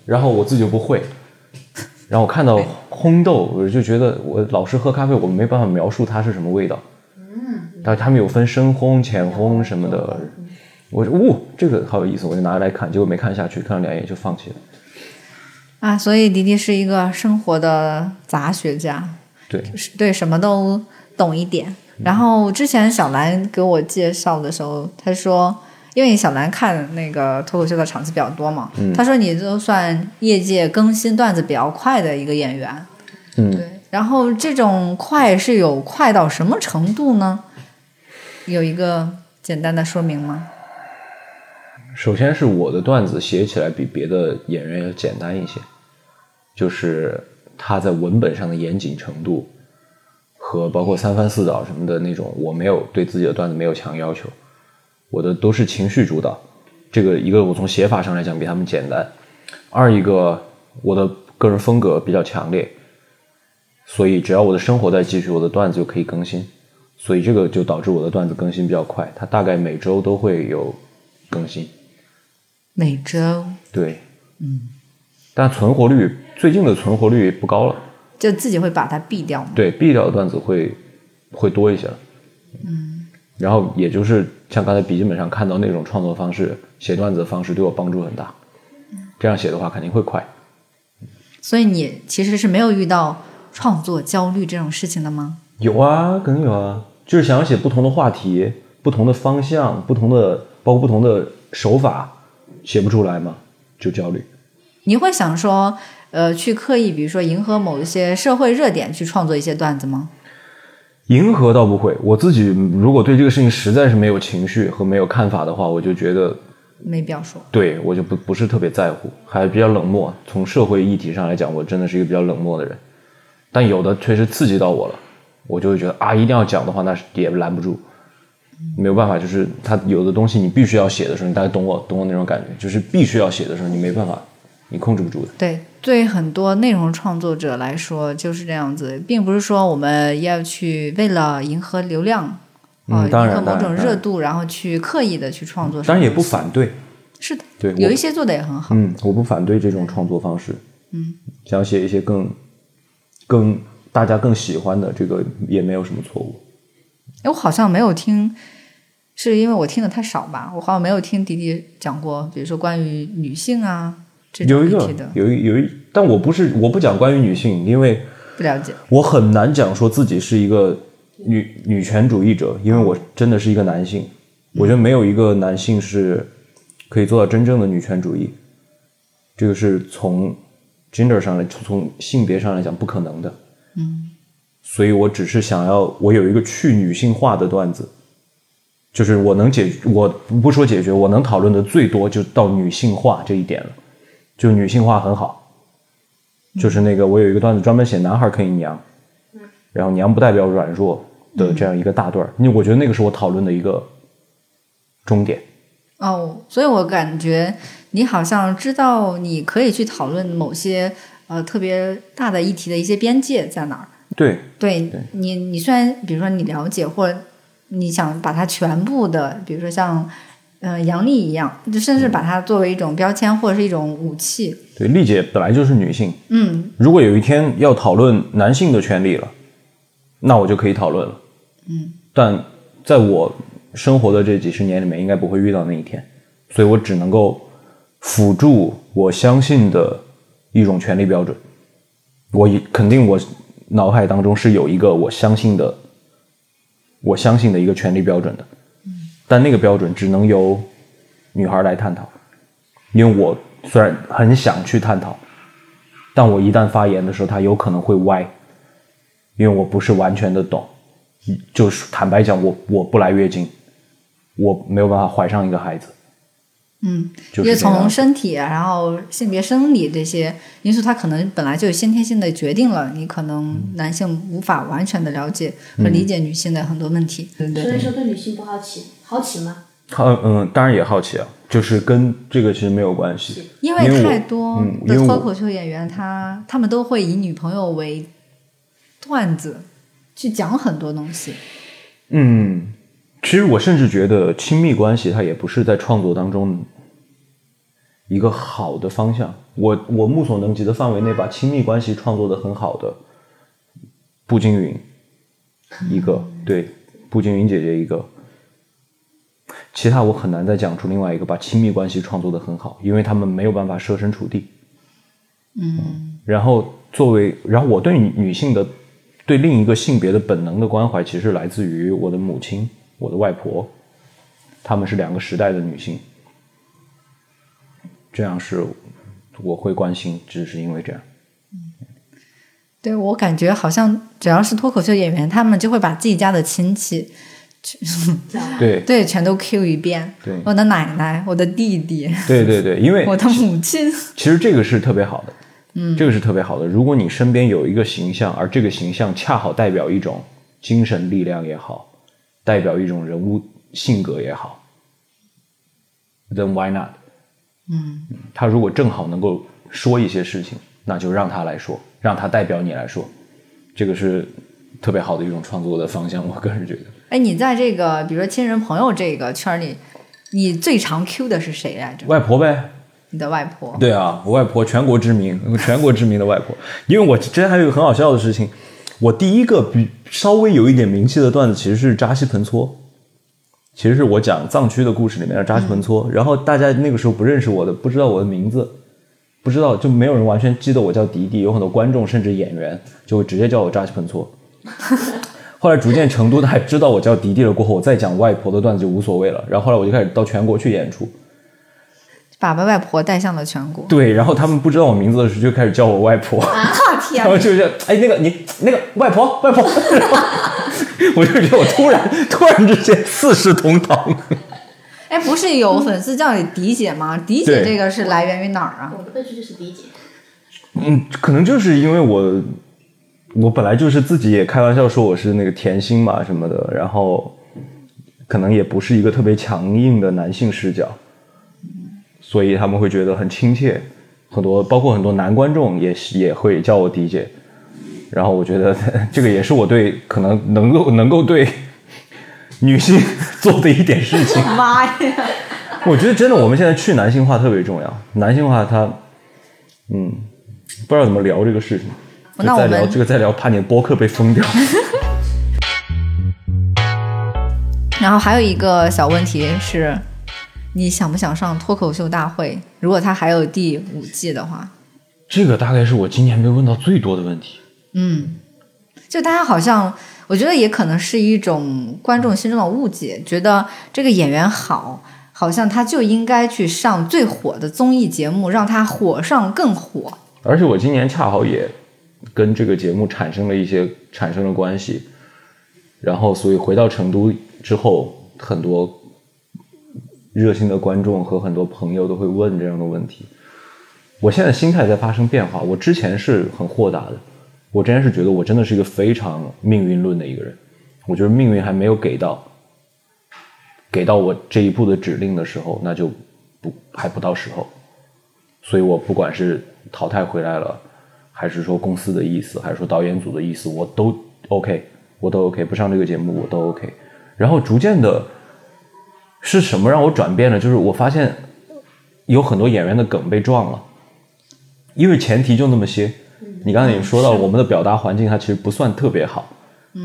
B: 然后我自己又不会，然后我看到烘豆，我就觉得我老是喝咖啡，我没办法描述它是什么味道。嗯，但他们有分深烘、浅烘什么的，我就呜、这个好有意思，我就拿来看，结果没看下去，看了两眼就放弃了。
A: 啊，所以迪迪是一个生活的杂学家，
B: 对，
A: 是对什么都懂一点。然后之前小兰给我介绍的时候，她说，因为小兰看那个脱口秀的场次比较多嘛，她说你就算业界更新段子比较快的一个演员，
B: 嗯，
A: 对。然后这种快是有快到什么程度呢？有一个简单的说明吗？
B: 首先是我的段子写起来比别的演员要简单一些，就是他在文本上的严谨程度和包括三番四倒什么的那种，我没有对自己的段子没有强要求，我的都是情绪主导。这个一个我从写法上来讲比他们简单，二一个我的个人风格比较强烈，所以只要我的生活在继续，我的段子就可以更新，所以这个就导致我的段子更新比较快，它大概每周都会有更新。
A: 每周
B: 对，嗯，但存活率最近的存活率不高了，
A: 就自己会把它毙掉吗？
B: 对，B 掉的段子会会多一些了，嗯，然后也就是像刚才笔记本上看到那种创作方式、写段子的方式对我帮助很大，这样写的话肯定会快，
A: 所以你其实是没有遇到创作焦虑这种事情的吗？
B: 有啊，肯定有啊，就是想要写不同的话题、不同的方向、不同的包括不同的手法，写不出来嘛，就焦虑。
A: 你会想说，呃，去刻意，比如说迎合某一些社会热点去创作一些段子吗？
B: 迎合倒不会，我自己如果对这个事情实在是没有情绪和没有看法的话，我就觉得
A: 没必要说。
B: 对我就不不是特别在乎，还比较冷漠。从社会议题上来讲，我真的是一个比较冷漠的人。但有的确实刺激到我了，我就会觉得啊，一定要讲的话，那是也拦不住，没有办法。就是他有的东西你必须要写的时候，你大概懂我懂我那种感觉，就是必须要写的时候，你没办法，你控制不住的。
A: 对，对很多内容创作者来说就是这样子，并不是说我们要去为了迎合流量，
B: 嗯
A: 呃，
B: 当然
A: 迎合某
B: 当
A: 种
B: 然
A: 热度，然后去刻意的去创作。
B: 当然也不反对，
A: 是的，
B: 对，我
A: 有一些做的也很好。
B: 嗯，我不反对这种创作方式。嗯，想写一些更更大家更喜欢的，这个也没有什么错误。
A: 哎，我好像没有听是因为我听的太少吧？我好像没有听迪迪讲过，比如说关于女性啊这种
B: 有一
A: 议
B: 个
A: 题的，
B: 有一有一，但我不是我不讲关于女性，因为
A: 不了解。
B: 我很难讲说自己是一个女女权主义者，因为我真的是一个男性，我觉得没有一个男性是可以做到真正的女权主义，这个是从 gender 上来，从从性别上来讲不可能的。嗯，所以我只是想要，我有一个去女性化的段子，就是我能解，我不说解决，我能讨论的最多就到女性化这一点了，就女性化很好。就是那个我有一个段子专门写男孩可以娘，然后娘不代表软弱的这样一个大段儿，因为我觉得那个是我讨论的一个终点。
A: 哦，所以我感觉你好像知道你可以去讨论某些呃特别大的议题的一些边界在哪儿。
B: 对，
A: 对
B: 对
A: 你，你虽然比如说你了解，或者你想把它全部的，比如说像呃杨丽一样，就甚至把它作为一种标签或者是一种武器。
B: 对，丽姐本来就是女性，
A: 嗯，
B: 如果有一天要讨论男性的权利了，那我就可以讨论了。嗯，但在我生活的这几十年里面，应该不会遇到那一天，所以我只能够辅助我相信的一种权利标准。我一肯定我脑海当中是有一个我相信的，我相信的一个权利标准的，但那个标准只能由女孩来探讨，因为我虽然很想去探讨，但我一旦发言的时候，它有可能会歪，因为我不是完全的懂。就是坦白讲，我我不来月经，我没有办法怀上一个孩子。嗯，就
A: 因为
B: 是这样
A: 从身体，啊然后性别、生理这些因素，它可能本来就有先天性的决定了，你可能男性无法完全的了解和理解女性的很多问题，嗯对不
C: 所
A: 对？
C: 以说对女性不好奇，好奇吗？
B: 好，嗯，当然也好奇啊，就是跟这个其实没有关系，
A: 因
B: 因为
A: 为
B: 我
A: 太多
B: 嗯
A: 的
B: 因为
A: 脱
B: 我
A: 口秀演员，他他们都会以女朋友为段子去讲很多东西。
B: 嗯，其实我甚至觉得亲密关系它也不是在创作当中一个好的方向。我我目所能及的范围内，把亲密关系创作的很好的步惊云 一个，对，步惊云姐姐一个。其他我很难再讲出另外一个把亲密关系创作的很好，因为他们没有办法设身处地。嗯，然后作为，然后我对女女性的对另一个性别的本能的关怀，其实来自于我的母亲、我的外婆，她们是两个时代的女性。这样是我会关心，只是因为这样。
A: 对我感觉好像只要是脱口秀演员，他们就会把自己家的亲戚，
B: 对
A: 对，全都 Q 一遍。
B: 对
A: 我的奶奶，我的弟弟，
B: 对对对，因为
A: 我的母亲。
B: 其实这个是特别好的，嗯，这个是特别好的。如果你身边有一个形象，而这个形象恰好代表一种精神力量也好，代表一种人物性格也好，then why not？嗯，他如果正好能够说一些事情，那就让他来说，让他代表你来说，这个是特别好的一种创作的方向。我个人觉得，
A: 哎，你在这个比如说亲人朋友这个圈儿里，你最常 Q 的是谁来着？
B: 外婆呗，
A: 你的外婆。
B: 对啊，我外婆全国知名，全国知名的外婆。因为我之前还有一个很好笑的事情，我第一个比稍微有一点名气的段子其实是扎西盆搓，其实是我讲藏区的故事里面的扎西盆搓。然后大家那个时候不认识我的，不知道我的名字，不知道就没有人完全记得我叫迪迪，有很多观众甚至演员就会直接叫我扎西盆搓。后来逐渐成都的还知道我叫迪迪了，过后我再讲外婆的段子就无所谓了。然后后来我就开始到全国去演出，
A: 把外婆带向了全国。
B: 对，然后他们不知道我名字的时候就开始叫我外婆。
A: 啊天
B: 然后就是哎，那个你那个外婆外婆， 然后我就觉得我突然突然之间四世同堂。
A: 哎，不是有粉丝叫你迪姐吗？迪姐
B: 对
A: 这个是来源于哪儿啊？
C: 我的辈分就是理解。
B: 嗯，可能就是因为我我本来就是自己也开玩笑说我是那个甜心嘛什么的，然后可能也不是一个特别强硬的男性视角，所以他们会觉得很亲切。很多包括很多男观众也是也会叫我迪姐，然后我觉得这个也是我对可能能够能够对女性 做的一点事情。
A: 妈呀！
B: 我觉得真的，我们现在去男性化特别重要。男性化它，嗯，不知道怎么聊这个事情。就
A: 那我
B: 再
A: 们
B: 聊这个再聊，怕你的播客被封掉。
A: 然后还有一个小问题是，你想不想上脱口秀大会？如果它还有第五季的话，
B: 这个大概是我今年被问到最多的问题。
A: 嗯，就大家好像，我觉得也可能是一种观众心中的误解，觉得这个演员好，好像他就应该去上最火的综艺节目，让他火上更火。
B: 而且我今年恰好也跟这个节目产生了一些产生了关系，然后所以回到成都之后，很多热心的观众和很多朋友都会问这样的问题。我现在心态在发生变化，我之前是很豁达的，我之前是觉得我真的是一个非常命运论的一个人，我觉得命运还没有给到给到我这一步的指令的时候，那就不还不到时候。所以我不管是淘汰回来了，还是说公司的意思，还是说导演组的意思，我都 OK，我都 OK，不上这个节目我都 OK。然后逐渐的，是什么让我转变了？就是我发现有很多演员的梗被撞了，因为前提就那么些。你刚才也说到，我们的表达环境它其实不算特别好，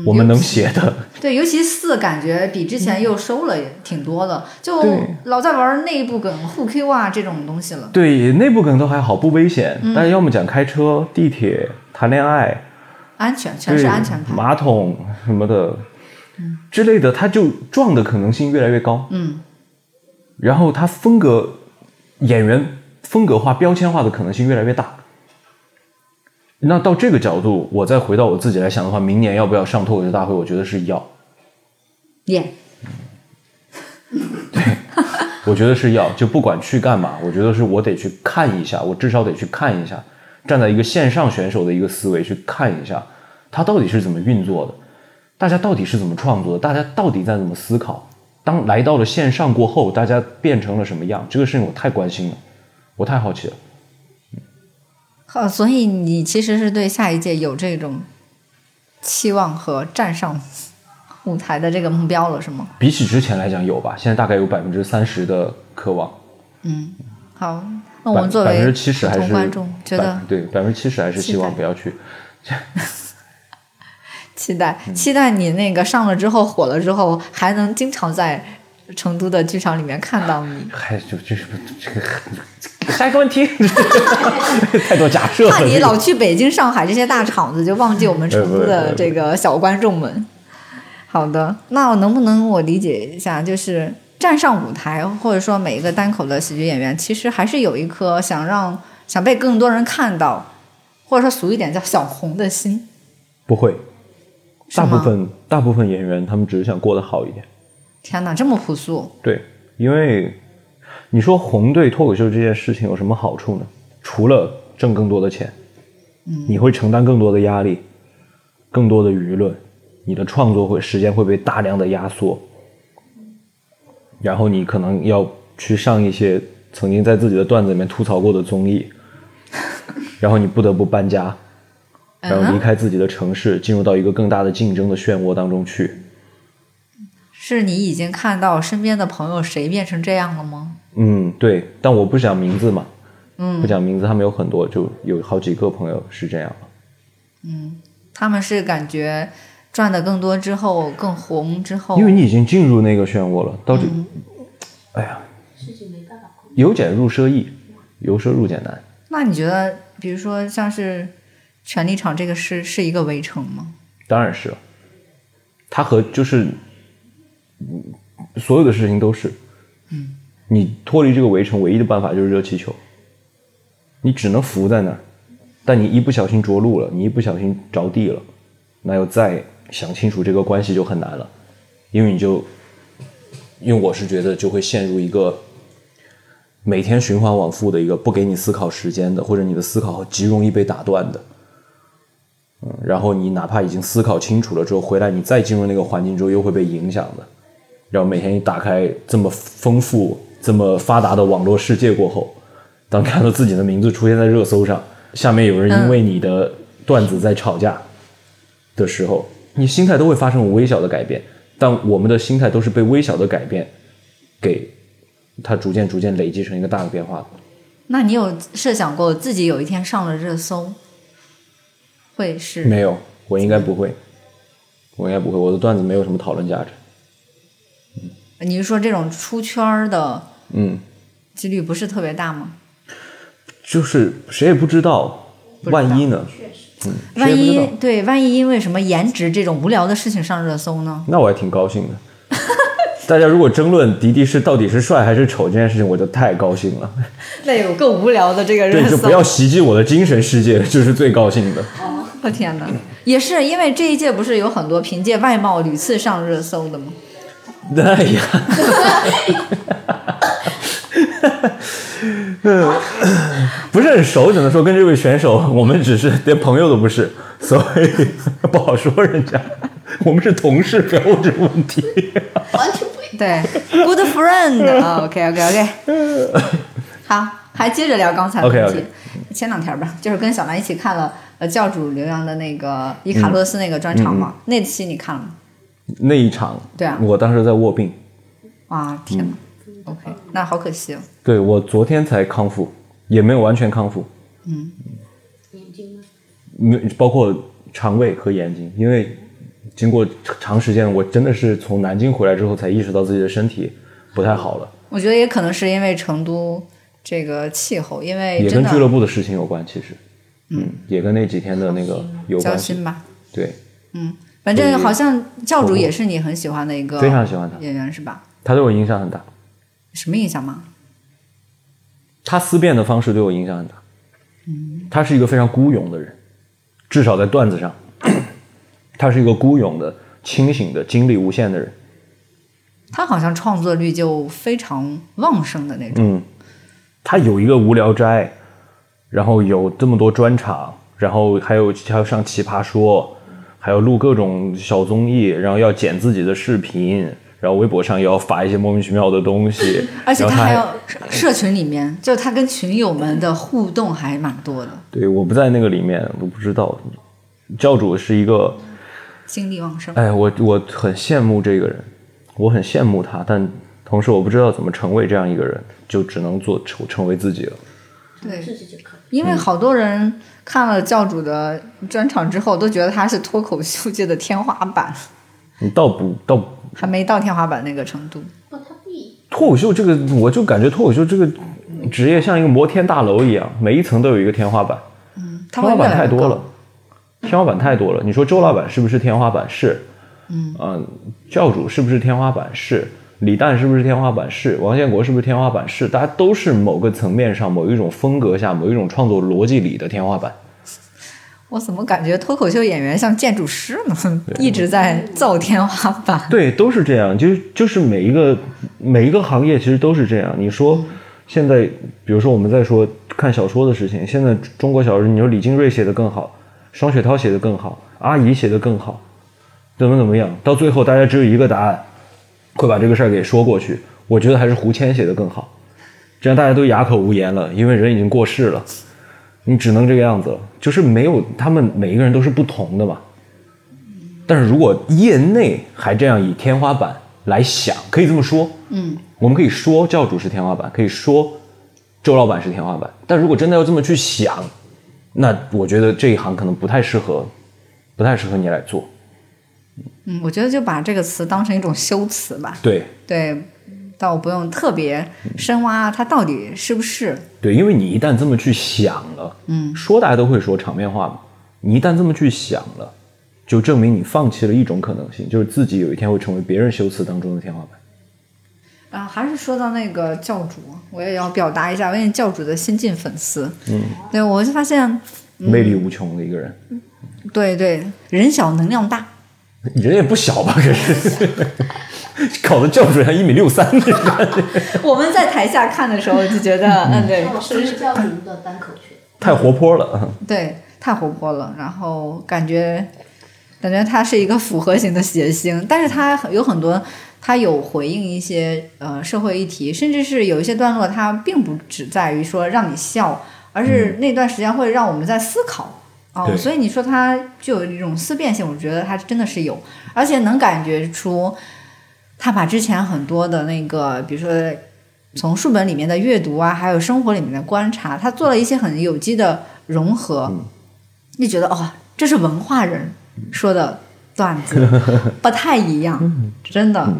B: 我们能写的。
A: 对，尤其四感觉比之前又收了挺多的，就
B: 对
A: 老在玩内部梗、互 Q 啊这种东西了。
B: 对，内部梗都还好，不危险。但是要么讲开车、地铁、谈恋爱，
A: 安全，全是
B: 对
A: 安全牌。
B: 马桶什么的，之类的，它就撞的可能性越来越高。
A: 嗯，
B: 然后它风格演员风格化、标签化的可能性越来越大。那到这个角度，我再回到我自己来想的话，明年要不要上脱口秀大会？我觉得是要，
A: 耶、
B: 我觉得是要。就不管去干嘛，我觉得是我得去看一下，我至少得去看一下，站在一个线上选手的一个思维去看一下，他到底是怎么运作的，大家到底是怎么创作的，大家到底在怎么思考。当来到了线上过后，大家变成了什么样？这个事情我太关心了，我太好奇了。
A: 好，所以你其实是对下一届有这种期望和站上舞台的这个目标了，是吗？
B: 比起之前来讲有吧，现在大概有百分之三十的渴望，
A: 嗯，好，那
B: 百
A: 我们作
B: 百
A: 为
B: 分之七十
A: 普
B: 还
A: 通
B: 是
A: 观众，觉
B: 百嗯
A: 得
B: 对百分之七十还是希望
A: 期待
B: 不要去。
A: 期待，期待你那个上了之后火了之后，还能经常在成都的剧场里面看到你。
B: 嗨，就就是这个这个下一个问题，太多假设了。
A: 怕你
B: 这个
A: 老去北京、上海这些大厂子，就忘记我们成都的这个小观众们。好的，那能不能我理解一下，就是站上舞台，或者说每一个单口的喜剧演员，其实还是有一颗想让想被更多人看到，或者说俗一点叫想红的心，
B: 不会，
A: 是
B: 大
A: 吗
B: 部分大部分演员他们只是想过得好一点。
A: 天哪，这么朴素，
B: 对，因为你说红对脱口秀这件事情有什么好处呢？除了挣更多的钱，你会承担更多的压力，更多的舆论，你的创作会时间会被大量的压缩，然后你可能要去上一些曾经在自己的段子里面吐槽过的综艺，然后你不得不搬家，
A: 嗯
B: 然后离开自己的城市，进入到一个更大的竞争的漩涡当中去。
A: 是你已经看到身边的朋友谁变成这样了吗？
B: 嗯，对，但我不讲名字嘛，嗯，不讲名字，他们有很多，就有好几个朋友是这样嘛
A: 他们是感觉赚的更多之后更红之后，
B: 因为你已经进入那个漩涡了，到这，哎呀，
C: 事情没办法控
B: 由俭入奢易，由奢入俭难。
A: 那你觉得，比如说像是《权力场》这个是是一个围城吗？
B: 当然是了，它和就是嗯所有的事情都是，嗯，你脱离这个围城唯一的办法就是热气球，你只能浮在那儿，但你一不小心着陆了，你一不小心着地了，那要再想清楚这个关系就很难了，因为你就，因为我是觉得就会陷入一个。每天循环往复的一个不给你思考时间的，或者你的思考极容易被打断的，嗯然后你哪怕已经思考清楚了之后，回来你再进入那个环境之后，又会被影响的。然后每天一打开这么丰富、这么发达的网络世界过后，当看到自己的名字出现在热搜上，下面有人因为你的段子在吵架的时候，你心态都会发生微小的改变。但我们的心态都是被微小的改变给它逐渐逐渐累积成一个大的变化的。
A: 那你有设想过自己有一天上了热搜，会是
B: 没有，我应该不会，我应该不会，我的段子没有什么讨论价值。
A: 你是说这种出圈儿的
B: 嗯，
A: 几率不是特别大吗？
B: 就是谁也不知道，
A: 不知道
B: 万一呢？
C: 确实，
A: 万
B: 谁也
A: 一
B: 不知道
A: 对，万一因为什么颜值这种无聊的事情上热搜呢？
B: 那我还挺高兴的。 大家如果争论迪迪是到底是帅还是丑这件事情，我就太高兴了。
A: 那有够无聊的这个 热
B: 对，就
A: 搜
B: 不，要袭击我的精神世界，这是最高兴的。
A: 我天哪！也是因为这一届不是有很多凭借外貌屡次上热搜的吗？
B: 哎呀， 嗯，不是很熟，只能说跟这位选手，我们只是连朋友都不是，所以不好说人家。我们是同事，不要问这个问题。
C: 完全不一样。
A: 对，good friend 啊，OK OK OK，好，还接着聊刚才的问题。
B: OK，OK
A: 前两天吧，就是跟小兰一起看了呃教主刘洋的那个伊卡洛
B: 嗯
A: 斯那个专场嘛，那期你看了吗？
B: 那一场，
A: 对啊
B: 我当时在卧病，嗯
A: 哇，天哪、o k 那好可惜哦。
B: 对我昨天才康复，也没有完全康复，
C: 眼睛吗？
B: 没包括肠胃和眼睛，因为经过长时间，我真的是从南京回来之后才意识到自己的身体不太好了，
A: 我觉得也可能是因为成都这个气候，因为
B: 也
A: 真
B: 跟
A: 的
B: 俱乐部的事情有关，其实，嗯，也跟那几天的那个有
A: 交
B: 关系，
A: 心吧。
B: 对，
A: 反正好像教主
B: 我
A: 也是你很喜欢的一个
B: 非常喜欢他，
A: 演员是吧？
B: 他对我影响很大，
A: 什么印象吗？
B: 他思辨的方式对我影响很大，嗯，他是一个非常孤勇的人，至少在段子上， 他是一个孤勇的、清醒的、精力无限的人，
A: 他好像创作力就非常旺盛的那种。
B: 嗯，他有一个无聊斋，然后有这么多专场，然后还有还要上奇葩说，还要录各种小综艺，然后要剪自己的视频，然后微博上也要发一些莫名其妙的东西
A: ，而且
B: 然
A: 他
B: 后他
A: 还有社社群里面，就是他跟群友们的互动还蛮多的，
B: 对，我不在那个里面，我不知道。教主是一个，
A: 精力旺盛。
B: 哎，我我很羡慕这个人，我很羡慕他，但同时我不知道怎么成为这样一个人，就只能做成成为自己了。
A: 对，
C: 自己就可以。
A: 因为好多人看了教主的专场之后，都觉得他是脱口秀界的天花板，
B: 你倒不倒
A: 还没到天花板那个程度。
C: 不，哦他不一样。
B: 脱口秀这个，我就感觉脱口秀这个职业像一个摩天大楼一样，每一层都有一个天花板，
A: 他
B: 天
A: 会
B: 花
A: 越
B: 板
A: 来
B: 太
A: 越
B: 多
A: 高
B: 了，，天花板太多了。你说周老板是不是天花板？是，嗯、教主是不是天花板？是，李诞是不是天花板？是，王建国是不是天花板？是，大家都是某个层面上、某一种风格下、某一种创作逻辑里的天花板。
A: 我怎么感觉脱口秀演员像建筑师呢？一直在造天花 板。
B: 对，都是这样，就是就是每一个每一个行业其实都是这样。你说现在，比如说我们在说看小说的事情，现在中国小说，你说李金瑞写的更好，双雪涛写的更好，阿姨写的更好，怎么怎么样，到最后大家只有一个答案，会把这个事儿给说过去。我觉得还是胡谦写的更好，这样大家都哑口无言了，因为人已经过世了，你只能这个样子了。就是没有他们每一个人都是不同的嘛。但是如果业内还这样以天花板来想，可以这么说，嗯，我们可以说教主是天花板，可以说周老板是天花板。但如果真的要这么去想，那我觉得这一行可能不太适合，不太适合你来做。
A: 嗯，我觉得就把这个词当成一种修辞吧。
B: 对
A: 对，倒不用特别深挖他到底是不是。
B: 对，因为你一旦这么去想了，嗯，说大家都会说场面话嘛，你一旦这么去想了，就证明你放弃了一种可能性，就是自己有一天会成为别人修辞当中的天花板。
A: 啊，还是说到那个教主，我也要表达一下，我也是教主的新晋粉丝。嗯，对，我就发现，
B: 魅力无穷的一个人，
A: 对对，人小能量大，
B: 人也不小吧，可是搞得教主像一米六三的人，
A: 我们在台下看的时候就觉得，嗯，对，
C: 我是教主的单口圈，
B: 太活泼了。嗯
A: 对，太活泼了，然后感觉感觉他是一个复合型的谐星，但是他有很多，他有回应一些呃社会议题，甚至是有一些段落，他并不只在于说让你笑，而是那段时间会让我们在思考。哦，
B: 对
A: 所以你说他具有一种思辨性，我觉得他真的是有，而且能感觉出他把之前很多的那个，比如说从书本里面的阅读啊，还有生活里面的观察，他做了一些很有机的融合，就觉得哦，这是 文化人说的段子，不太一样，真的。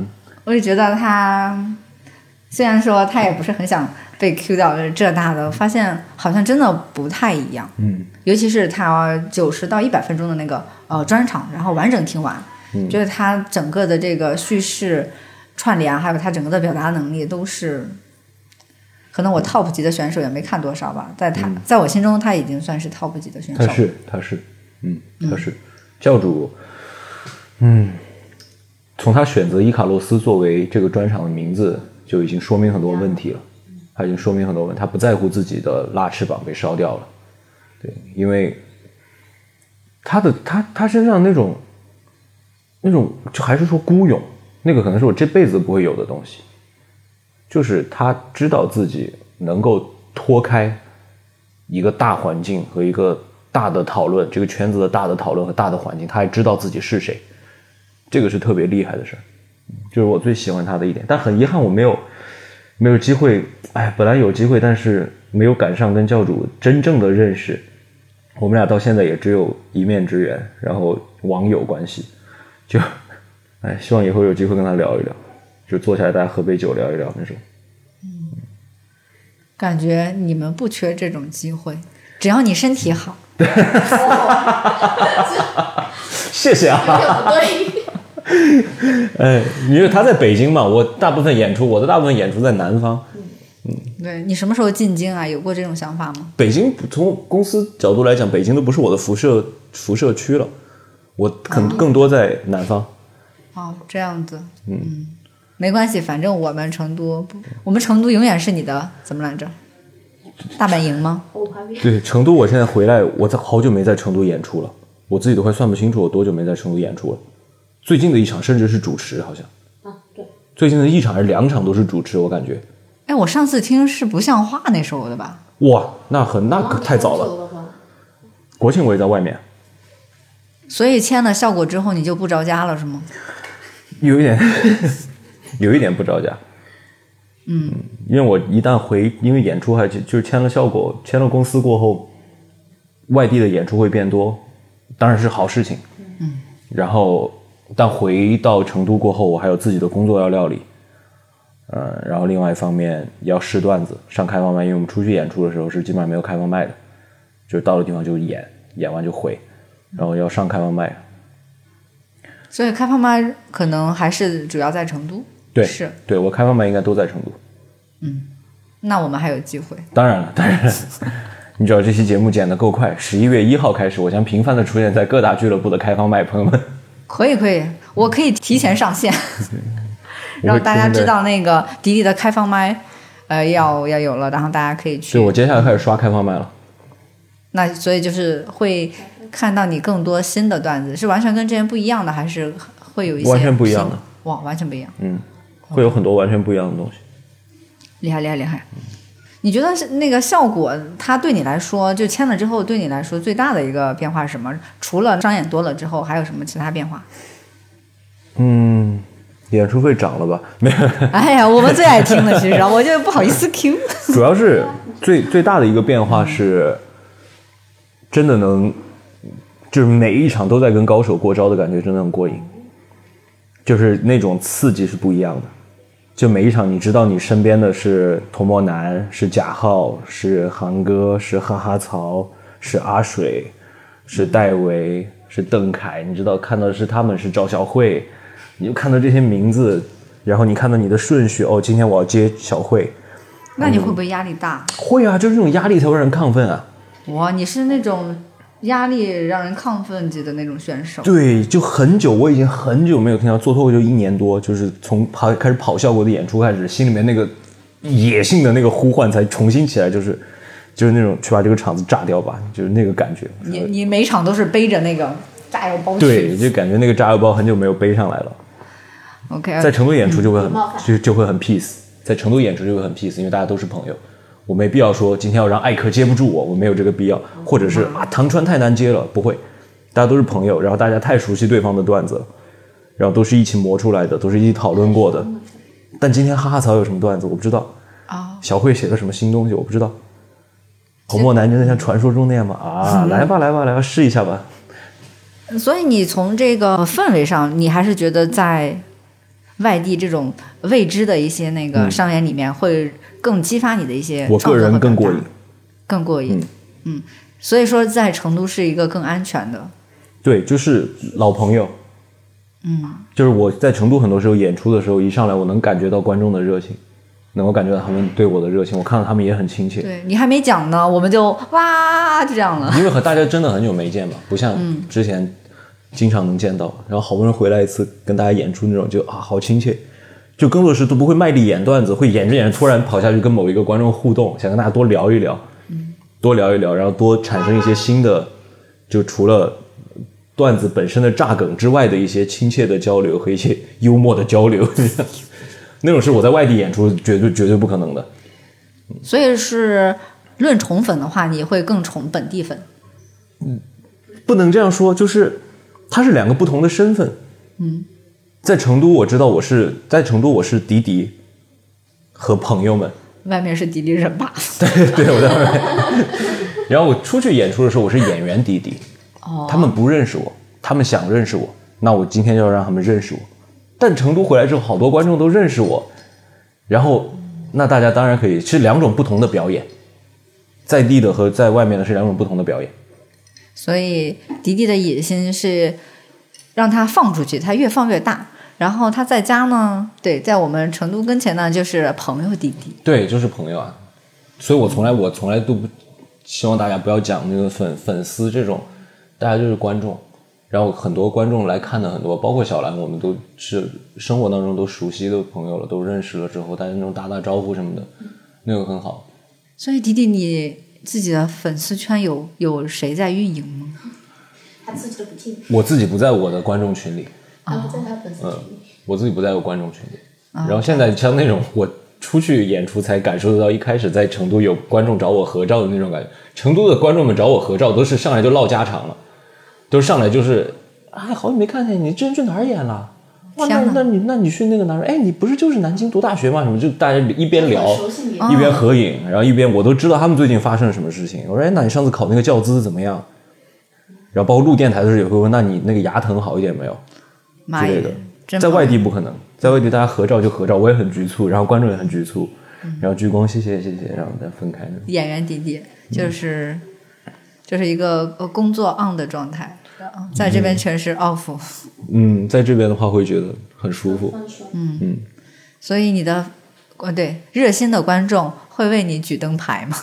A: 我就觉得他虽然说他也不是很想被 Q 到这那的，发现好像真的不太一样。
B: 嗯，
A: 尤其是他九十到一百分钟的那个呃专场，然后完整听完，
B: 嗯
A: 觉得他整个的这个叙事串联，还有他整个的表达能力都是。可能我 top 级的选手也没看多少吧，在他、在我心中他已经算是 top 级的选手
B: 他
A: 了。
B: 是他是，嗯，他是教主，嗯，从他选择伊卡洛斯作为这个专场的名字，就已经说明很多问题了。他已经说明很多问题，他不在乎自己的拉翅膀被烧掉了，对，因为他的他他身上那种那种就还是说孤勇，那个可能是我这辈子不会有的东西，就是他知道自己能够脱开一个大环境和一个大的讨论，这个圈子的大的讨论和大的环境，他还知道自己是谁，这个是特别厉害的事儿，嗯就是我最喜欢他的一点。但很遗憾，我没有没有机会，哎，本来有机会，但是没有赶上跟教主真正的认识。我们俩到现在也只有一面之缘，然后网友关系，就，哎，希望以后有机会跟他聊一聊，就坐下来大家喝杯酒聊一聊那种。
A: 感觉你们不缺这种机会，只要你身体好。
B: 谢谢啊。
C: 不对，
B: 哎，因为他在北京嘛，我大部分演出，我的大部分演出在南方。
A: 对你什么时候进京啊？有过这种想法吗？
B: 北京从公司角度来讲，北京都不是我的辐射辐射区了，我可能更多在南方。
A: 哦，这样子，嗯，没关系，反正我们成都不，我们成都永远是你的怎么来着？大本营吗？
C: 我旁边
B: 对，成都我现在回来，我在好久没在成都演出了，我自己都快算不清楚我多久没在成都演出了。最近的一场甚至是主持，好像
C: 啊，对，
B: 最近的一场还是两场都是主持，我感觉
A: 哎，我上次听是不像话那时候的吧？
B: 哇，那很那啊可太早了。
C: 了。
B: 国庆我也在外面，
A: 所以签了效果之后你就不着家了是吗？
B: 有一 点，有一点不着家。嗯，因为我一旦回，因为演出还就就是签了效果，签了公司过后，外地的演出会变多，当然是好事情。嗯，然后但回到成都过后，我还有自己的工作要料理。呃，然后另外一方面要试段子，上开放麦，因为我们出去演出的时候是基本上没有开放麦的，就是到了地方就演，演完就回，然后要上开放麦，
A: 所以开放麦可能还是主要在成都。
B: 对，
A: 是。
B: 对我开放麦应该都在成都。
A: 那我们还有机会。
B: 当然了，当然了， 你只要这期节目剪得够快，十一月一号开始，我将频繁的出现在各大俱乐部的开放麦，朋友们。
A: 可以可以，我可以提前上线，
B: 嗯我 会
A: 让大家
B: 提前在
A: 知道那个迪丽的开放麦，呃，要要有了，然后大家可以去
B: 所以。我接下来开始刷开放麦了。
A: 那所以就是会看到你更多新的段子，是完全跟之前不一样的，还是会有一些
B: 完全不一样的
A: 新？哇，完全不一样，
B: 嗯，会有很多完全不一样的东西。
A: 厉害厉害厉害！你觉得是那个效果，它对你来说，就签了之后，对你来说最大的一个变化是什么？除了商演多了之后，还有什么其他变化？
B: 嗯，演出费涨了吧？没有，
A: 哎呀，我们最爱听的，其实我就不好意思 Q。
B: 主要是最最大的一个变化是，真的能，就是每一场都在跟高手过招的感觉，真的很过瘾。就是那种刺激是不一样的，就每一场你知道你身边的是童漠男，是贾浩，是韩哥，是哈哈曹，是阿水，是戴维，是邓凯，你知道看到的是他们是赵小慧，你就看到这些名字，然后你看到你的顺序，哦，今天我要接小慧，
A: 那你会不会压力大？
B: 会啊，就是这种压力才会让人亢奋啊。
A: 哇，你是那种压力让人亢奋级的那种选手。
B: 对，就很久，我已经很久没有听到做脱口秀一年多，就是从跑开始跑效果的演出开始，心里面那个野性的那个呼唤才重新起来，就是就是那种去把这个场子炸掉吧，就是那个感觉。
A: 你你每场都是背着那个炸药包去。
B: 对，就感觉那个炸药包很久没有背上来了。
A: ，OK，
B: 在成都演出就会很
C: 嗯冒犯
B: 就就会很 peace，在成都演出就会很 peace，因为大家都是朋友，我没必要说今天要让艾克接不住我，我没有这个必要，
C: 嗯
B: 或者是啊唐川太难接了，不会，大家都是朋友，然后大家太熟悉对方的段子了，然后都是一起磨出来的，都是一起讨论过的。
C: 嗯
B: 但今天哈哈草有什么段子我不知道，
A: 啊、
B: 小慧写了什么新东西我不知道。红墨男真的像传说中那样吗？啊，
C: 嗯
B: 来吧来吧来吧，试一下吧。
A: 所以你从这个氛围上，你还是觉得在外地这种未知的一些那个商演里面，会更激发你的一些
B: 嗯我
A: 创作
B: 个人
A: 和
B: 更
A: 表
B: 过
A: 达
B: 瘾。
A: 更过瘾。嗯，所以说在成都是一个更安全的。
B: 对，就是老朋友。嗯，就是我在成都很多时候演出的时候，一上来我能感觉到观众的热情，能够感觉到他们对我的热情，我看到他们也很亲切。
A: 对你还没讲呢，我们就哇就这样了。
B: 因为和大家真的很久没见嘛，不像之前经常能见到，然后好不容易回来一次跟大家演出那种，就啊好亲切。就工作室都不会卖力演段子，会演着演着突然跑下去跟某一个观众互动，想跟大家多聊一聊，多聊一聊，然后多产生一些新的，就除了段子本身的炸梗之外的一些亲切的交流和一些幽默的交流， 那种是我在外地演出绝对绝对不可能的。
A: 所以是论宠粉的话，你会更宠本地粉。
B: 不能这样说，就是它是两个不同的身份。嗯，在成都我知道我是在成都我是迪迪和朋友们，
A: 外面是迪丽热巴。
B: 对我在外面。然后我出去演出的时候，我是演员迪迪，
A: 哦，
B: 他们不认识我，他们想认识我，那我今天就要让他们认识我。但成都回来之后，好多观众都认识我，然后那大家当然可以是两种不同的表演，在地的和在外面的是两种不同的表演。
A: 所以迪迪的野心是让他放出去，他越放越大。然后他在家呢，对，在我们成都跟前呢，就是朋友迪迪。
B: 对，就是朋友啊，所以我从来我从来都不希望大家不要讲那个粉粉丝这种，大家就是观众。然后很多观众来看的很多，包括小兰，我们都是生活当中都熟悉的朋友了，都认识了之后，大家那种打打招呼什么的，那个很好。
A: 所以迪迪，你自己的粉丝圈有有谁在运营吗？
C: 他自己都不进，
B: 我自己不在我的观众群里，
C: 他不在他粉丝群里。
B: 我自己不在我观众群里。
A: 啊
B: 然后现在像那种我出去演出才感受得到，一开始在成都有观众找我合照的那种感觉。成都的观众们找我合照都是上来就唠家常了，都上来就是，哎，好久没看见你，之前去哪儿演了？哇，那
A: 天哪
B: 那你那你去那个哪儿？哎，你不是就是南京读大学吗？什么就大家一边聊，
C: 很熟悉你，
A: 嗯
B: 一边合影，然后一边我都知道他们最近发生了什么事情。我说，哎，那你上次考那个教资怎么样？然后包括录电台的时候也会问，那你那个牙疼好一点没有？
A: 妈哎呀
B: 之类的，
A: 真
B: 在
A: 棒
B: 外地不可能，在外地大家合照就合照，我也很局促，然后观众也很局促，然后鞠躬谢谢谢谢，然后再分开。
A: 演员迪迪
B: 嗯
A: 就是、就是一个呃工作 on 的状态，嗯在这边全是 off，、
B: 嗯，在这边的话会觉得很舒
A: 嗯
B: 服。
C: 放松。
A: 所以你的呃对热心的观众会为你举灯牌吗？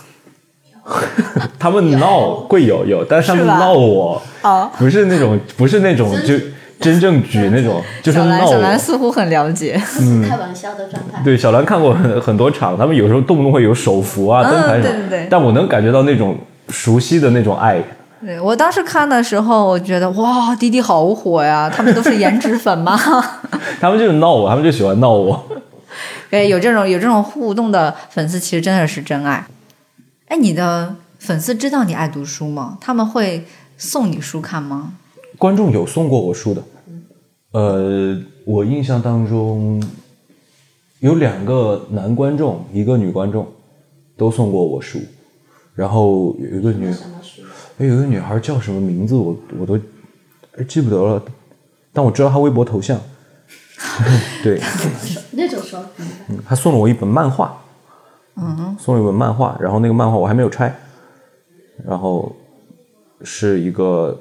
B: 他们闹会有有，但是他们
A: 是吧
B: 闹我，
A: 哦，
B: 不是那种不是那种就真正举那种，就是
A: 小兰
B: 闹
A: 小兰
B: 我。
A: 似乎很了解，
C: 不是开玩笑的状态。
B: 对，小兰看过很很多场，他们有时候动不动会有手幅啊、
A: 嗯
B: 灯牌什么，
A: 对对对
B: 但我能感觉到那种熟悉的那种爱。
A: 对我当时看的时候，我觉得哇，迪迪好火呀！他们都是颜值粉吗？
B: 他们就是闹我，他们就喜欢闹我。
A: 对，哎有这种有这种互动的粉丝，其实真的是真爱。哎，你的粉丝知道你爱读书吗？他们会送你书看吗？
B: 观众有送过我书的，呃，我印象当中有两个男观众，一个女观众，都送过我书。然后有一个女，
C: 什么书？
B: 哎，有一个女孩叫什么名字我我都记不得了，但我知道她微博头像。 对，
C: 那种嗯说，
B: 他送了我一本漫画，嗯，送了一本漫画，然后那个漫画我还没有拆，然后是一个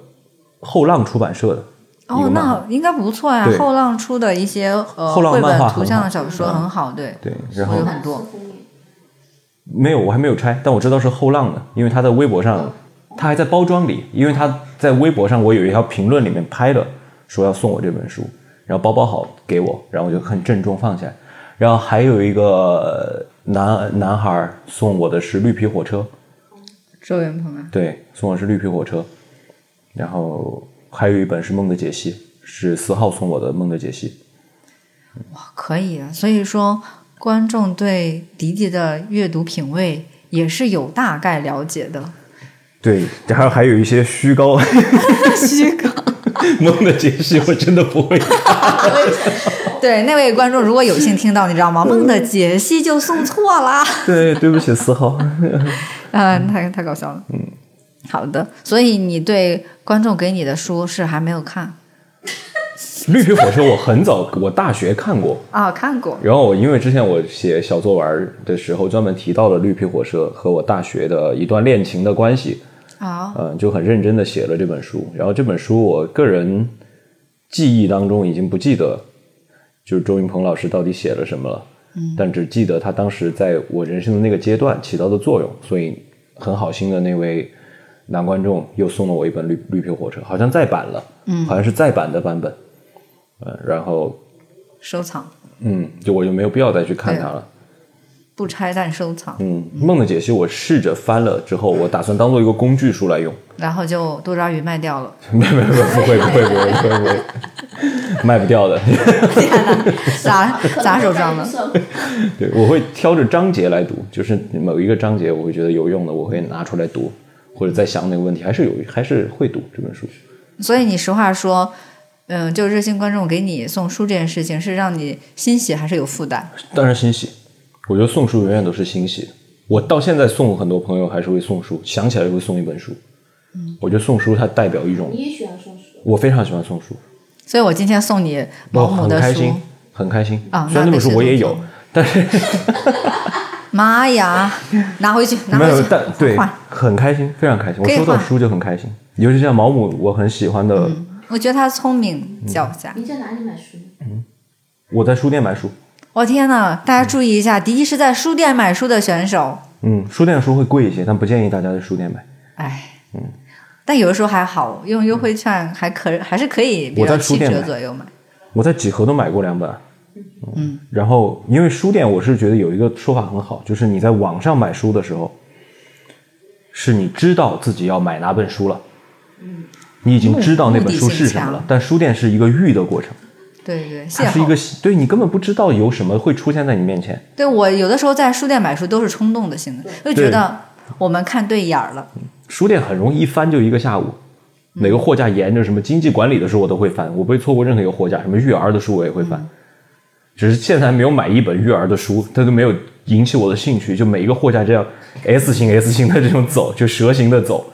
B: 后浪出版社的，一
A: 哦
B: 个，漫画
A: 那应该不错呀
B: 对。
A: 后浪出的一些呃
B: 后浪
A: 绘
B: 漫
A: 本
B: 画
A: 图
B: 很
A: 像
B: 好
A: 的小说很好，对，
B: 对，然
A: 我
B: 后
A: 有很多。
B: 没有，我还没有拆，但我知道是后浪的，因为他在微博上，他还在包装里，因为他在微博上我有一条评论里面拍了，说要送我这本书，然后包包好给我，然后我就很郑重放下来。然后还有一个男男孩送我的是《绿皮火车》，
A: 周云鹏啊，
B: 对，送我是《绿皮火车》，然后还有一本是《梦的解析》，是四号送我的《梦的解析》。
A: 可以啊。所以说，观众对迪迪的阅读品味也是有大概了解的。
B: 对，然后还有一些虚高 《
A: 虚构。
B: 梦的解析》，我真的不会。
A: 对，那位观众如果有幸听到，你知道吗？梦的解析就送错啦。
B: 对，对不起，四号。
A: 嗯，太太搞笑了。嗯，好的。所以你对观众给你的书是还没有看？
B: 《绿皮火车》我很早， 我大学看过，
A: 啊、看过，
B: 然后我因为之前我写小作文的时候专门提到了绿皮火车和我大学的一段恋情的关系，
A: 啊、
B: 嗯，就很认真的写了这本书。然后这本书我个人记忆当中已经不记得，就是周云鹏老师到底写了什么了，嗯，但只记得他当时在我人生的那个阶段起到的作用。所以很好心的那位男观众又送了我一本绿《绿皮火车》，好像再版了，嗯，好像是再版的版本，嗯，然后
A: 收藏，
B: 嗯，就我就没有必要再去看它
A: 对
B: 了。
A: 不拆但收藏，
B: 嗯，梦的解析我试着翻了之后，我打算当做一个工具书来用。
A: 然后就多抓鱼卖掉 了。
B: 没没没，不会不会不会不会不会，卖不掉的。
A: 砸砸手上
C: 了
A: 了。。
B: 对，我会挑着章节来读，就是某一个章节我会觉得有用的，我会拿出来读，或者在想那个问题，还是有还是会读这本书。
A: 所以你实话说，嗯，就热心观众给你送书这件事情，是让你欣喜还是有负担？
B: 当然欣喜，我觉得送书永远都是欣喜。我到现在送很多朋友还是会送书，想起来就会送一本书。我觉得送书它代表一种，
C: 你也喜欢送书？
B: 我非常喜欢送书。
A: 所以我今天送你毛
B: 我
A: 姆
B: 哦很
A: 的
B: 开
A: 书
B: 心，，很开心。
A: 啊
B: 虽
A: 那
B: 然那
A: 得
B: 本书
A: 是
B: 我也
A: 送
B: 有
A: 送，妈呀，拿回去，拿
B: 没
A: 回
B: 有
A: 去，，
B: 但对
A: 换。，
B: 很开心，非常开心。我
A: 可以
B: 收到
A: 换嗯
B: 书就很开心，尤其像毛姆，我很喜欢的，
A: 我觉得他聪明狡黠。
C: 你在哪里买书？
B: 我在书店买书，
A: 我、天呐，大家注意一下，迪迪是在书店买书的选手。
B: 嗯，书店的书会贵一些，但不建议大家在书店买。
A: 哎，但有的时候还好，用优惠券还可还是可以，比
B: 我在
A: 如
B: 书
A: 七
B: 店
A: 折
B: 买
A: 左右买。
B: 我在几何都买过两本，嗯，然后因为书店，我是觉得有一个说法很好，就是你在网上买书的时候，是你知道自己要买哪本书了，你已经知道那本书是什么
A: 嗯目的性
B: 了
A: 强，
B: 但书店是一个预的过程，
A: 对对，邂
B: 它是一个
A: 逅。
B: 对你根本不知道有什么会出现在你面前，
A: 对我有的时候在书店买书都是冲动的行为，就觉得我们看对眼儿了。
B: 书店很容易一翻就一个下午，哪个货架沿着什么经济管理的书我都会翻，我不会错过任何一个货架，什么育儿的书我也会翻。只是现在还没有买一本育儿的书，它都没有引起我的兴趣。就每一个货架这样 S 型 S 型的这种走，就蛇形的走，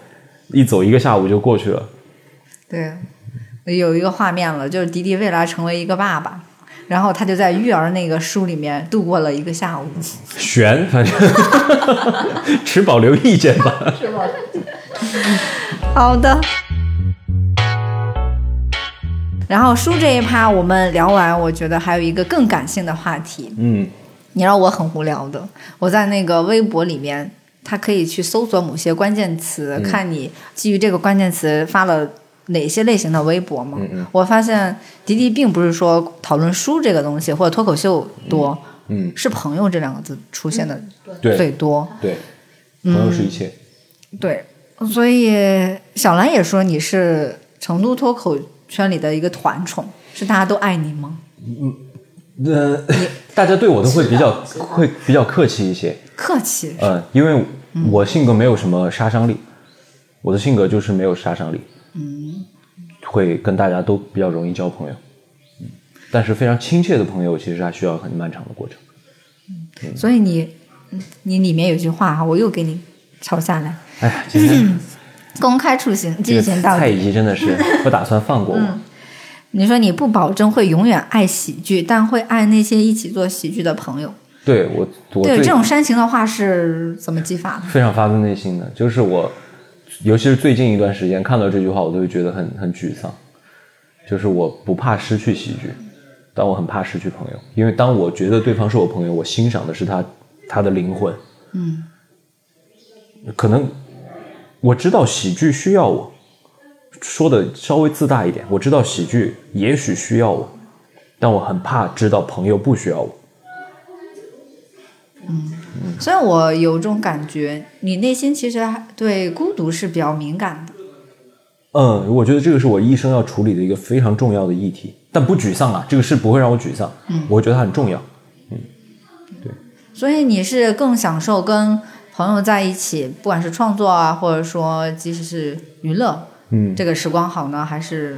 B: 一走一个下午就过去了。
A: 对，有一个画面了，就是迪迪未来成为一个爸爸，然后他就在育儿那个书里面度过了一个下午。
B: 悬，反正持保留意见吧。
C: 是吧？
A: 好的。然后书这一趴我们聊完，我觉得还有一个更感性的话题，
B: 嗯，
A: 你让我很无聊的。我在那个微博里面，它可以去搜索某些关键词，
B: 嗯
A: 看你基于这个关键词发了哪些类型的微博
B: 嗯
A: 嘛。我发现迪迪并不是说讨论书这个东西或者脱口秀多，
B: 嗯嗯嗯
A: 是朋友这两个字出现的最
B: 对
A: 多。
B: 对，朋友是一切。
A: 对，所以小兰也说你是成都脱口圈里的一个团宠，是大家都爱你吗？
B: 那、大家对我都会比较会比较客气一些。
A: 客气，
B: 嗯，因为我性格没有什么杀伤力，我的性格就是没有杀伤力，嗯，会跟大家都比较容易交朋友，嗯，但是非常亲切的朋友其实还需要很漫长的过程。呃
A: 所以你你里面有句话哈，我又给你抄下来，
B: 哎呀，今天
A: 公开处刑，
B: 这
A: 进
B: 个
A: 行到
B: 蔡
A: 底。
B: 以及真的是不打算放过我，
A: 你说你不保证会永远爱喜剧，但会爱那些一起做喜剧的朋友。
B: 对我我
A: 对
B: 最
A: 这种煽情的话是怎么激发的？
B: 非常发自内心的，就是我，尤其是最近一段时间看到这句话，我都会觉得很很沮丧。就是我不怕失去喜剧，但我很怕失去朋友，因为当我觉得对方是我朋友，我欣赏的是他他的灵魂。嗯，可能我知道喜剧需要我，说的稍微自大一点，我知道喜剧也许需要我，但我很怕知道朋友不需要我。
A: 所以我有种感觉，你内心其实还对孤独是比较敏感的。
B: 嗯，我觉得这个是我一生要处理的一个非常重要的议题，但不沮丧啊，这个事不会让我沮丧，嗯，我会觉得它很重要。
A: 所以你是更享受跟朋友在一起，不管是创作啊，或者说即使是娱乐，
B: 嗯
A: 这个时光好呢，还是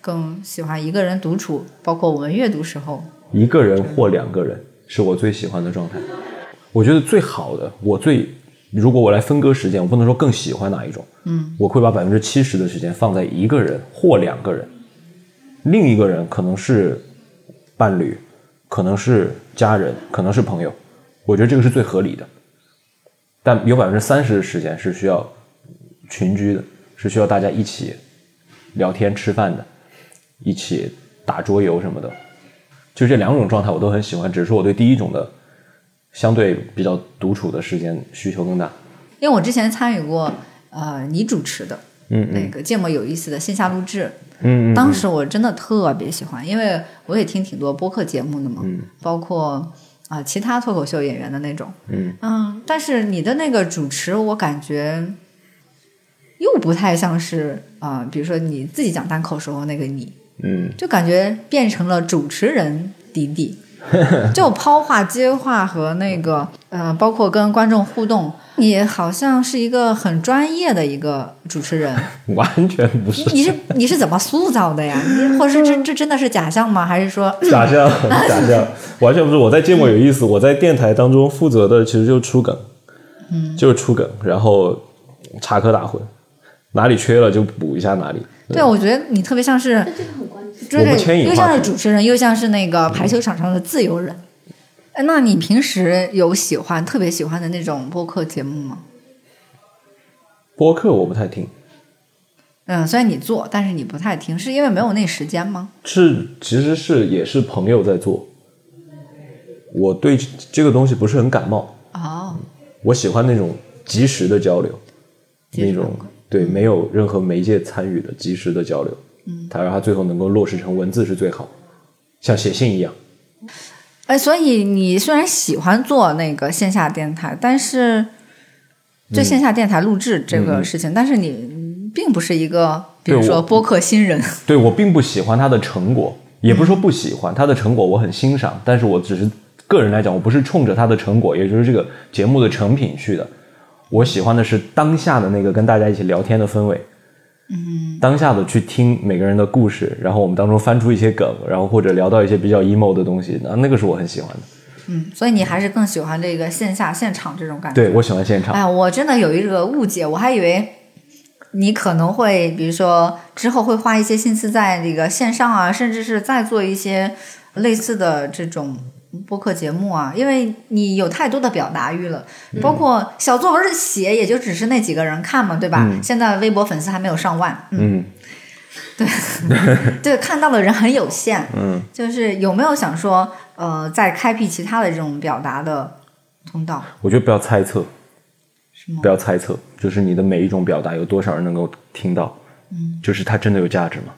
A: 更喜欢一个人独处？包括我们阅读时候，
B: 一个人或两个人是我最喜欢的状态。我觉得最好的，我最如果我来分割时间，我不能说更喜欢哪一种，嗯，我会把百分之七十的时间放在一个人或两个人，另一个人可能是伴侣，可能是家人，可能是朋友，我觉得这个是最合理的。但有百分之三十的时间是需要群居的，是需要大家一起聊天、吃饭的，一起打桌游什么的。就这两种状态我都很喜欢，只是说我对第一种的相对比较独处的时间需求更大。
A: 因为我之前参与过呃你主持的那个《芥末有意思》的线下录制，
B: 嗯，
A: 当时我真的特别喜欢，因为我也听挺多播客节目的嘛，包括啊、呃其他脱口秀演员的那种，
B: 嗯
A: 但是你的那个主持，我感觉又不太像是啊、呃比如说你自己讲单口时候那个你，
B: 嗯，
A: 就感觉变成了主持人迪迪， 就抛话接话和那个呃，包括跟观众互动，你好像是一个很专业的一个主持 人。
B: 完全不是
A: 你是你是怎么塑造的呀？你或者是这这真的是假象吗？还是说
B: 假 象，假象，完全不是。我在芥末有意思，我在电台当中负责的其实就是出梗，嗯，就是出梗，然后插科打诨，哪里缺了就补一下哪里。
A: 对？我觉得你特别像是
C: 这个很关键。
A: 就
B: 我不牵
A: 是
B: 引
A: 又
B: 话
A: 像是
B: 题
A: 主持人，又像是那个排球场上的自由人。哎，那你平时有喜欢特别喜欢的那种播客节目吗？
B: 播客我不太听，
A: 嗯，虽然你做，但是你不太听，是因为没有那时间吗？
B: 是其实是也是朋友在做。我对这个东西不是很感冒，
A: 哦，
B: 我喜欢那种及时的交流，那种对没有任何媒介参与的及时的交流，嗯，它让它最后能够落实成文字是最好，像写信一样。
A: 哎，所以你虽然喜欢做那个线下电台，但是
B: 嗯
A: 就线下电台录制这个事情，但是你并不是一个，比如
B: 对
A: 说
B: 我
A: 播客新 人。
B: 对我并不喜欢它的成果，也不是说不喜欢它的成果，我很欣赏，但是我只是个人来讲，我不是冲着它的成果，也就是这个节目的成品去的。我喜欢的是当下的那个跟大家一起聊天的氛围，嗯，当下的去听每个人的故事，然后我们当中翻出一些梗，然后或者聊到一些比较 emo 的东西，那那个是我很喜欢的。
A: 嗯，所以你还是更喜欢这个线下现场这种感觉。
B: 对我喜欢现场
A: 哎，呀，我真的有一个误解，我还以为你可能会，比如说之后会花一些心思在这个线上啊，甚至是再做一些类似的这种播客节目啊，因为你有太多的表达欲了，
B: 嗯
A: 包括小作文写也就只是那几个人看嘛，对吧？现在微博粉丝还没有上万，
B: 嗯，
A: 对，看到的人很有限，嗯，就是有没有想说，呃，再开辟其他的这种表达的通道？
B: 我觉得不要猜测，
A: 是吗
B: 不要猜测，就是你的每一种表达有多少人能够听到，嗯，就是它真的有价值吗？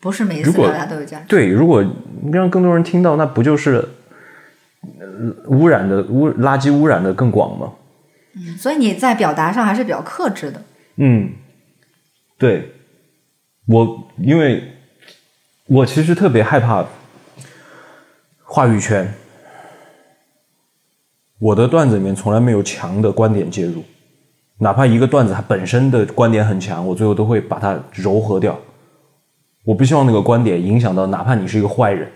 A: 不是每一次
B: 如果
A: 表达都有价值。
B: 对，如果让更多人听到，那不就是呃污染的污垃圾污染的更广吗？
A: 所以你在表达上还是比较克制的。
B: 嗯，对，我因为我其实特别害怕话语权，我的段子里面从来没有强的观点介入，哪怕一个段子它本身的观点很强，我最后都会把它柔和掉。我不希望那个观点影响到，哪怕你是一个坏人，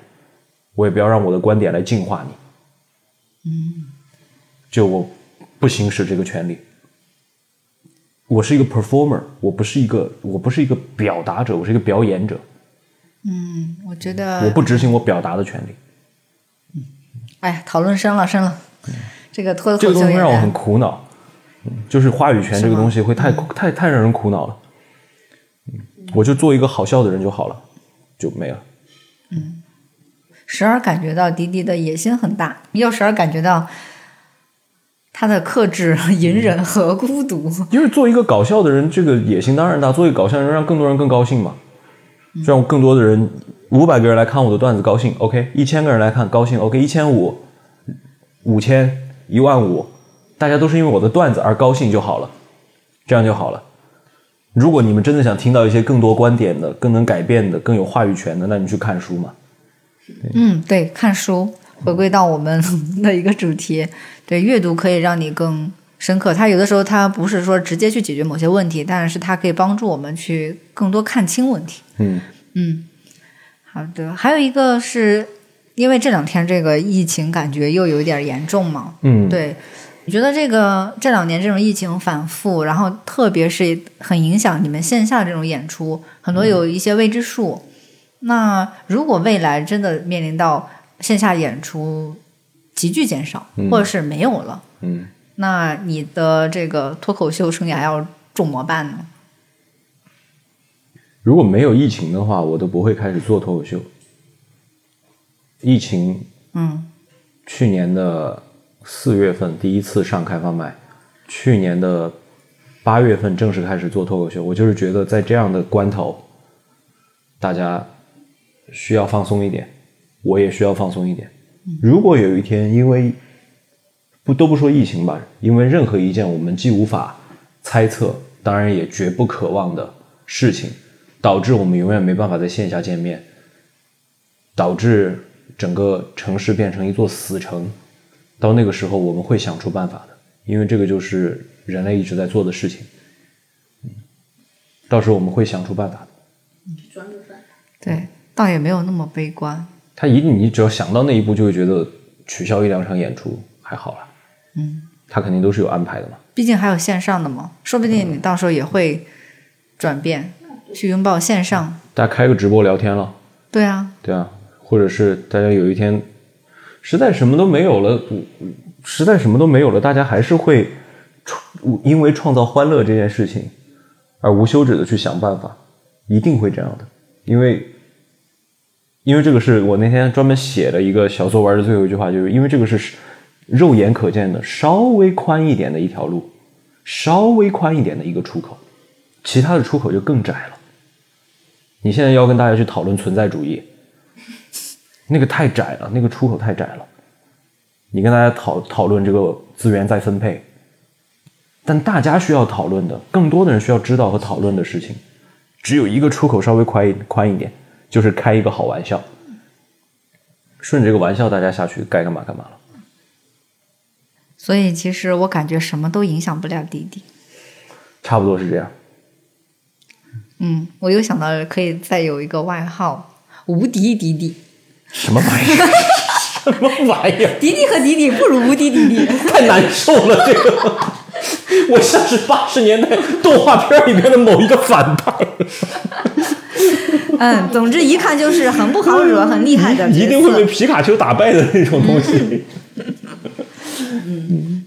B: 我也不要让我的观点来净化你。嗯，就我不行使这个权利。我是一个 performer，我不是一个我不是一个表达者，我是一个表演者，
A: 嗯，我觉得，
B: 我不执行我表达的权利。
A: 哎呀，讨论深了，深了。这个脱
B: 这
A: 口
B: 个东
A: 秀
B: 西
A: 演
B: 让我很
A: 员，
B: 苦恼，嗯就是嗯话语权这个东西会太太太让人苦恼了。嗯，我就做一个好笑的人就好了，就没了。
A: 时而感觉到迪迪的野心很大，又时而感觉到他的克制、隐忍和孤独。
B: 因为做一个搞笑的人，这个野心当然大。做一个搞笑的人，让更多人更高兴嘛，让更多的人，五百个人来看我的段子高兴，OK；一千个人来看高兴，OK；一千五、五千、一万五，大家都是因为我的段子而高兴就好了，这样就好了。如果你们真的想听到一些更多观点的、更能改变的、更有话语权的，那你去看书嘛。
A: 嗯，对，看书，回归到我们的一个主题，对，阅读可以让你更深刻。它有的时候它不是说直接去解决某些问题，但是它可以帮助我们去更多看清问题。
B: 嗯
A: 嗯，好的。还有一个是因为这两天这个疫情感觉又有点严重嘛，
B: 嗯，
A: 对，我觉得这个这两年这种疫情反复，然后特别是很影响你们线下这种演出，很多有一些未知数。那如果未来真的面临到线下演出急剧减少，或者是没有了，
B: 嗯，
A: 那你的这个脱口秀生涯要怎么办呢？
B: 如果没有疫情的话，我都不会开始做脱口秀。疫情
A: 嗯
B: 去年的四月份第一次上开放麦，去年的八月份正式开始做脱口秀。我就是觉得在这样的关头，大家需要放松一点，我也需要放松一点。如果有一天因为不都不说疫情吧，因为任何一件我们既无法猜测，当然也绝不渴望的事情，导致我们永远没办法在线下见面，导致整个城市变成一座死城。到那个时候，我们会想出办法的，因为这个就是人类一直在做的事情。嗯到时候我们会想出办法的。
C: 专注办。
A: 对，倒也没有那么悲观。
B: 他一定，你只要想到那一步，就会觉得取消一两场演出还好啦。嗯，他肯定都是有安排的嘛。
A: 毕竟还有线上的嘛，说不定你到时候也会转变，去拥抱线上。
B: 大家开个直播聊天了，
A: 对啊，
B: 对啊，或者是大家有一天实在什么都没有了，我实在什么都没有了，大家还是会创因为创造欢乐这件事情而无休止的去想办法，一定会这样的，因为因为这个是我那天专门写了一个小作文的最后一句话，就是因为这个是肉眼可见的稍微宽一点的一条路，稍微宽一点的一个出口，其他的出口就更窄了。你现在要跟大家去讨论存在主义，那个太窄了，那个出口太窄了。你跟大家讨讨论这个资源再分配，但大家需要讨论的，更多的人需要知道和讨论的事情，只有一个出口稍微宽一宽一点，就是开一个好玩笑，顺着这个玩笑大家下去该干嘛干嘛了。
A: 所以其实我感觉什么都影响不了弟弟。
B: 差不多是这样。
A: 嗯，我又想到可以再有一个外号“无敌弟弟
B: 什么玩意儿？什么玩意儿？”，
A: 迪迪和迪迪 不如无敌弟弟。
B: 太难受了，这个。我像是八十年代动画片里面的某一个反派，
A: 嗯，总之一看就是很不好惹、很厉害的
B: 一
A: 角
B: 定会被
A: 色。
B: 皮卡丘打败的那种东西。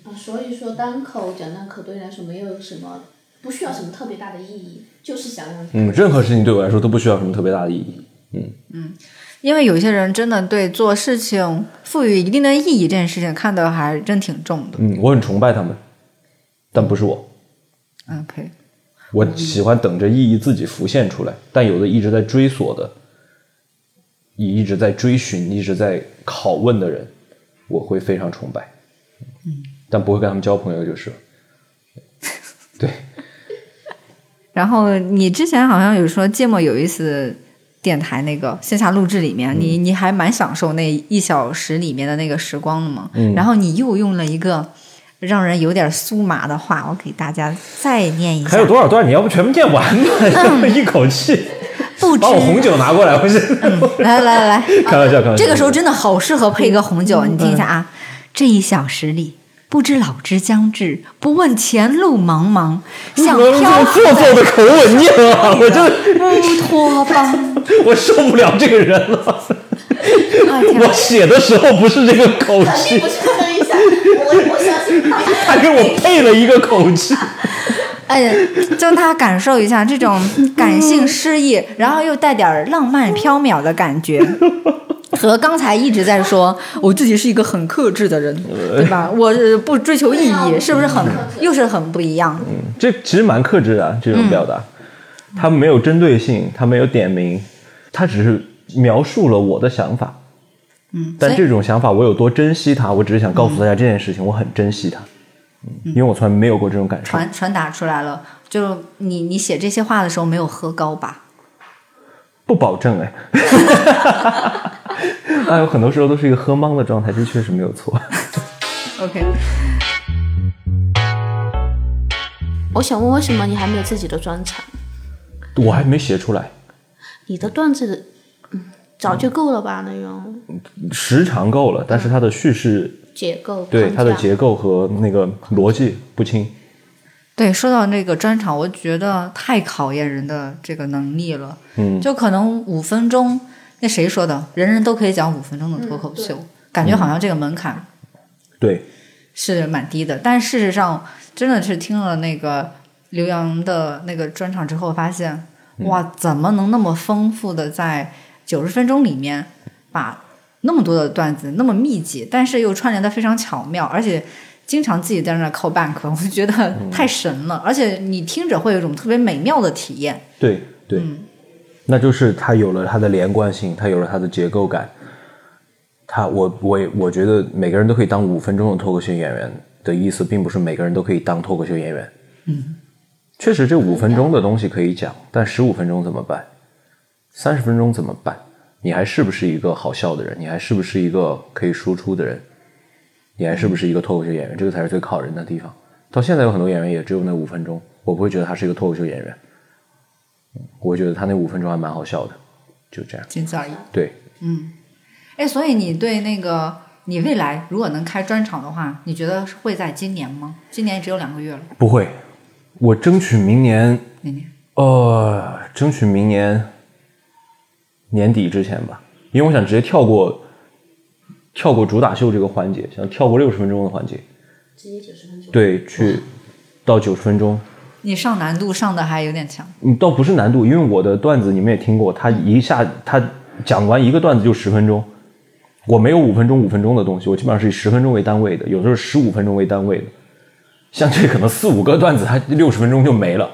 C: 啊，所以说单口讲单口对你来说没有什么，不需要什么特别大的意义，就是想 让
B: 嗯，任何事情对我来说都不需要什么特别大的意义。
A: 因为有些人真的对做事情赋予一定的意义这件事情看得还真挺重的。
B: 嗯，我很崇拜他们，但不是我。
A: 嗯，可以。
B: 我喜欢等着意义自己浮现出来，但有的一直在追索的，也一直在追寻、一直在拷问的人，我会非常崇拜。嗯，但不会跟他们交朋友就是了。对，
A: 然后你之前好像有说芥末有一次电台那个线下录制里面，
B: 嗯
A: 你你还蛮享受那一小时里面的那个时光的嘛。
B: 嗯
A: 然后你又用了一个让人有点酥麻的话，我给大家再念一下
B: 还有。多少段？你要不全部念完吧？要 不一口气
A: 不知
B: 把我红酒拿过来，我是
A: 来来来，
B: 开玩笑，开
A: 嗯
B: 玩笑。
A: 这个时候真的好适合配一个红
B: 嗯
A: 酒，你听一下啊。这一小时里，不知老之将至，不问前路茫茫，想
B: 我用这
A: 漂
B: 种
A: 浮
B: 做作的口吻念啊，我真的
A: 乌托邦。
B: 我受不了这个人了。
A: 啊天哪
B: 我写的时候不是这个口
C: 肯定
B: 气
C: 不，是等一下，我我相信 他。
B: 他给我配了一个口气。
A: 哎呀，让他感受一下这种感性诗 意，然后又带点儿浪漫缥缈的感觉。和刚才一直在说我自己是一个很克制的人，对吧？我呃啊嗯不追求意义，是不是很又是很不一样？
B: 这其实蛮克制的啊，这种表达，他、没有针对性，他没有点名，他只是描述了我的想法。嗯，但
A: 所以
B: 这种想法我有多珍惜它，我只是想告诉大家这件事情，我很珍惜它。嗯，因为我从来没有过这种感受。
A: 传传达出来了，就你你写这些话的时候没有喝高吧？
B: 不保证哎。 哎，我很多时候都是一个喝懵的状态，这确实没有错。
A: OK，
C: 我想问，为什么你还没有自己的专场？
B: 我还没写出来，
C: 你的段子，嗯，早就够了吧？那种
B: 时长够了，但是它的叙事，
C: 结构，
B: 对它的
C: 框架
B: 结构和那个逻辑不清。
A: 对，说到那个专场，我觉得太考验人的这个能力了。
B: 嗯
A: 就可能五分钟，那谁说的？人人都可以讲五分钟的脱口秀，感觉好像这个门槛
B: 对，
A: 是蛮低的。但事实上，真的是听了那个刘洋的那个专场之后，发现哇，怎么能那么丰富的在九十分钟里面把那么多的段子那么密集，但是又串联的非常巧妙，而且。经常自己在那儿 call back，我觉得太神了，而且你听着会有一种特别美妙的体验。
B: 对对，那就是它有了它的连贯性，它有了它的结构感。它我我也我觉得每个人都可以当五分钟的脱口秀演员的意思，并不是每个人都可以当脱口秀演员。嗯，确实这五分钟的东西可以讲，但十五分钟怎么办？三十分钟怎么办？你还是不是一个好笑的人？你还是不是一个可以输出的人？你还是不是一个脱口秀演员？这个才是最考人的地方。到现在有很多演员也只有那五分钟，我不会觉得他是一个脱口秀演员。我觉得他那五分钟还蛮好笑的，就这样。
A: 仅此而已。
B: 对，
A: 哎，所以你对那个你未来如果能开专场的话，你觉得是会在今年吗？今年只有两个月了，
B: 不会，我争取明年，
A: 明年
B: 呃，争取明年年底之前吧，因为我想直接跳过跳过主打秀这个环节，想跳过六十分钟的环节，
C: 直接九十分钟。
B: 对，去到九十分钟。
A: 你上难度上的还有点强。
B: 嗯，倒不是难度，因为我的段子你们也听过，他一下他讲完一个段子就十分钟，我没有五分钟五分钟的东西，我基本上是以十分钟为单位的，有时候十五分钟为单位的。像这可能四五个段子，它六十分钟就没了。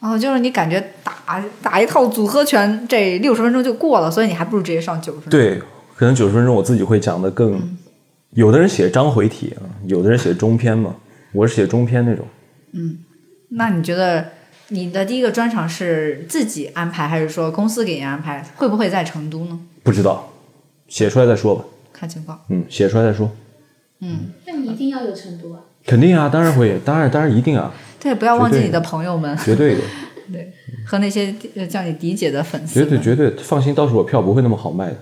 A: 哦，就是你感觉打打一套组合拳，这六十分钟就过了，所以你还不如直接上九十。，
B: 对，可能九十分钟我自己会讲的更，有的人写章回体啊，有的人写中篇嘛，我是写中篇那种。
A: 那你觉得你的第一个专场是自己安排，还是说公司给你安排？会不会在成都呢？
B: 不知道，写出来再说吧。
A: 看情况。
B: 嗯，写出来再说。
C: 那你一定要有成都啊！
B: 肯定啊，当然会，当然当然一定啊，
A: 对，不要忘记
B: 绝对
A: 你的朋友们
B: 绝对的。
A: 和那些呃叫你迪姐的粉丝
B: 绝
A: 们，
B: 对绝对放心，到时候我票不会那么好卖的。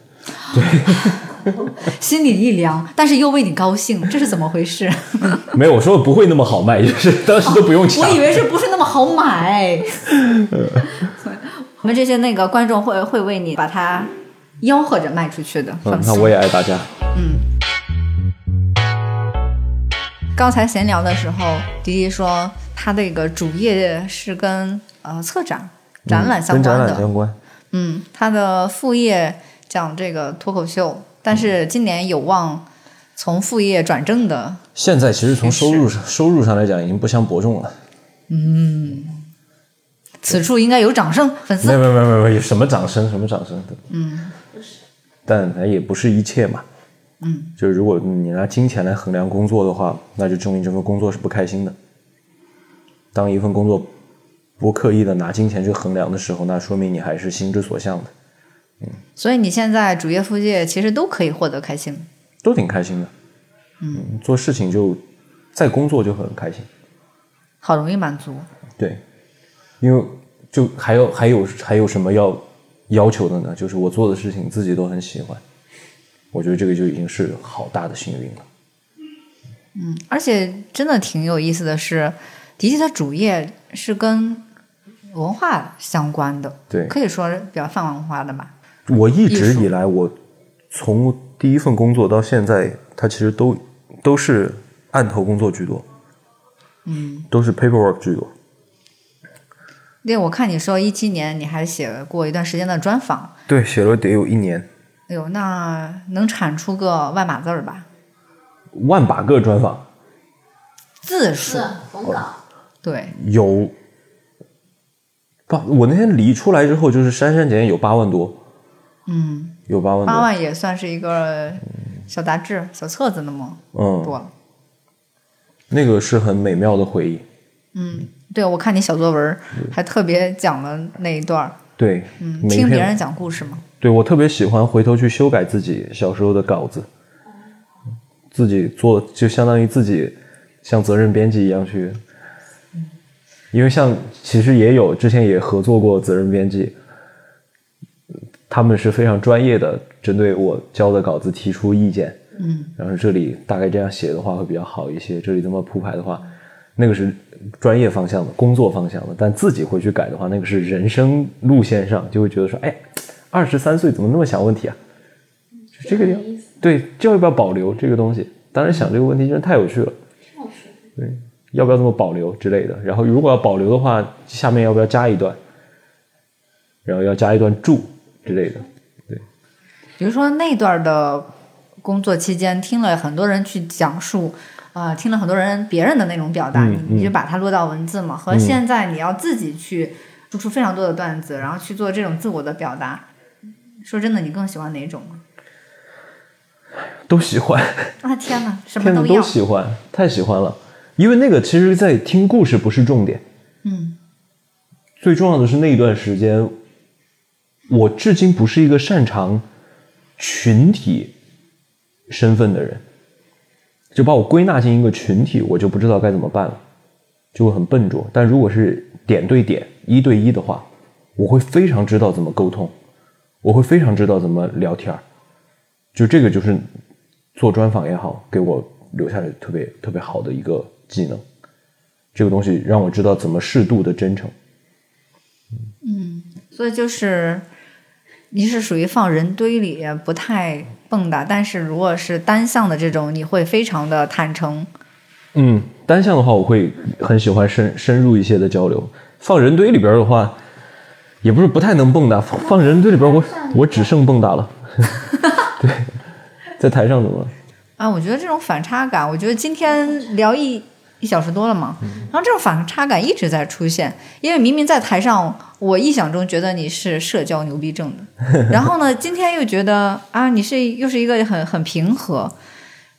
A: 心里一凉，但是又为你高兴，这是怎么回事？
B: 没有，我说不会那么好卖，就是当时都不用 抢。
A: 我以为是不是那么好买。 我们这些那个观众会会为你把它吆喝着卖出去的，
B: 嗯
A: 放，
B: 那
A: 心。
B: 我也爱大家。
A: 刚才闲聊的时候，迪迪说他这个主业是跟呃策展、展览相
B: 跟展
A: 关
B: 览
A: 的，
B: 相关，
A: 嗯，他的副业讲这个脱口秀，但是今年有望从副业转正的。
B: 现在其实从收入上收入上来讲，已经不相伯仲了。
A: 此处应该有掌声，粉
B: 没
A: 丝
B: 有没有没有没有没有，什么掌声什么掌声的。嗯，但也不是一切嘛。嗯，就是如果你拿金钱来衡量工作的话，那就证明这份工作是不开心的。当一份工作不刻意的拿金钱去衡量的时候，那说明你还是心之所向的，
A: 所以你现在主业副业其实都可以获得开心。
B: 都挺开心的。嗯，做事情就在工作就很开心。
A: 好容易满足，
B: 对，因为就还有还有还有什么要要求的呢？就是我做的事情自己都很喜欢，我觉得这个就已经是好大的幸运了。
A: 而且真的挺有意思的是，迪迪的主业是跟文化相关的，
B: 对
A: 可以说是比较泛文化的吧。
B: 我一
A: 艺
B: 直
A: 术
B: 以来，我从第一份工作到现在，它其实都都是案头工作居多，嗯，都是 paperwork 居多。
A: 对，我看你说一七年你还写过一段时间的专访，
B: 对，写了得有一年，
A: 哎呦，那能产出个万把字儿吧？
B: 万把个专访，
A: 字
C: 是
A: 数
C: 文稿，
A: 对，
B: 有八，我那天理出来之后，就是删删减减有八万多，嗯，有八万多，
A: 八万也算是一个小杂志、小册子那么
B: 嗯，
A: 多了。
B: 那个是很美妙的回忆。
A: 对，我看你小作文儿还特别讲了那一段儿，
B: 对，
A: 嗯，
B: 每一
A: 听别人
B: 篇，
A: 讲故事嘛。
B: 对我特别喜欢回头去修改自己小时候的稿子，自己做就相当于自己像责任编辑一样去，
A: 嗯
B: 因为像其实也有之前也合作过责任编辑，他们是非常专业的，针对我交的稿子提出意见，嗯，然后这里大概这样写的话会比较好一些，这里这么铺排的话，那个是专业方向的、工作方向的，但自己回去改的话，那个是人生路线上就会觉得说，哎，二十三岁怎么那么想问题啊？就这个
C: 有
B: 要
C: 点意思
B: 对，就要不要保留这个东西？当然想这个问题真是太有趣了，
C: 挺有趣的。
B: 要不要这么保留之类的？然后如果要保留的话，下面要不要加一段？然后要加一段注之类的。
A: 比如说那段的工作期间，听了很多人去讲述，啊、听了很多人别人的那种表达，
B: 嗯
A: 你你就把它落到文字嘛。和现在你要自己去输出非常多的段子，然后去做这种自我的表达，说真的，你更喜欢哪种？
B: 都喜欢，
A: 啊天哪，什么
B: 天哪，
A: 要
B: 都，喜欢，太喜欢了。因为那个其实，在听故事不是重点，
A: 嗯，
B: 最重要的是那一段时间，我至今不是一个擅长群体身份的人，就把我归纳进一个群体，我就不知道该怎么办了，就会很笨拙。但如果是点对点、一对一的话，我会非常知道怎么沟通，我会非常知道怎么聊天儿就这个就是做专访也好，给我留下来特别特别好的一个技能。这个东西让我知道怎么适度的真诚。
A: 所以就是你是属于放人堆里不太蹦跶，但是如果是单向的这种，你会非常的坦诚。
B: 嗯，单向的话，我会很喜欢深深入一些的交流。放人堆里边的话，也不是不太能蹦跶。放放人堆里边我，我只剩 蹦跶了。对，在台上怎么了？
A: 啊，我觉得这种反差感，我觉得今天聊一一小时多了嘛，然后这种反差感一直在出现，因为明明在台上，我臆想中觉得你是社交牛逼症的，然后呢，今天又觉得啊，你是又是一个很很平和，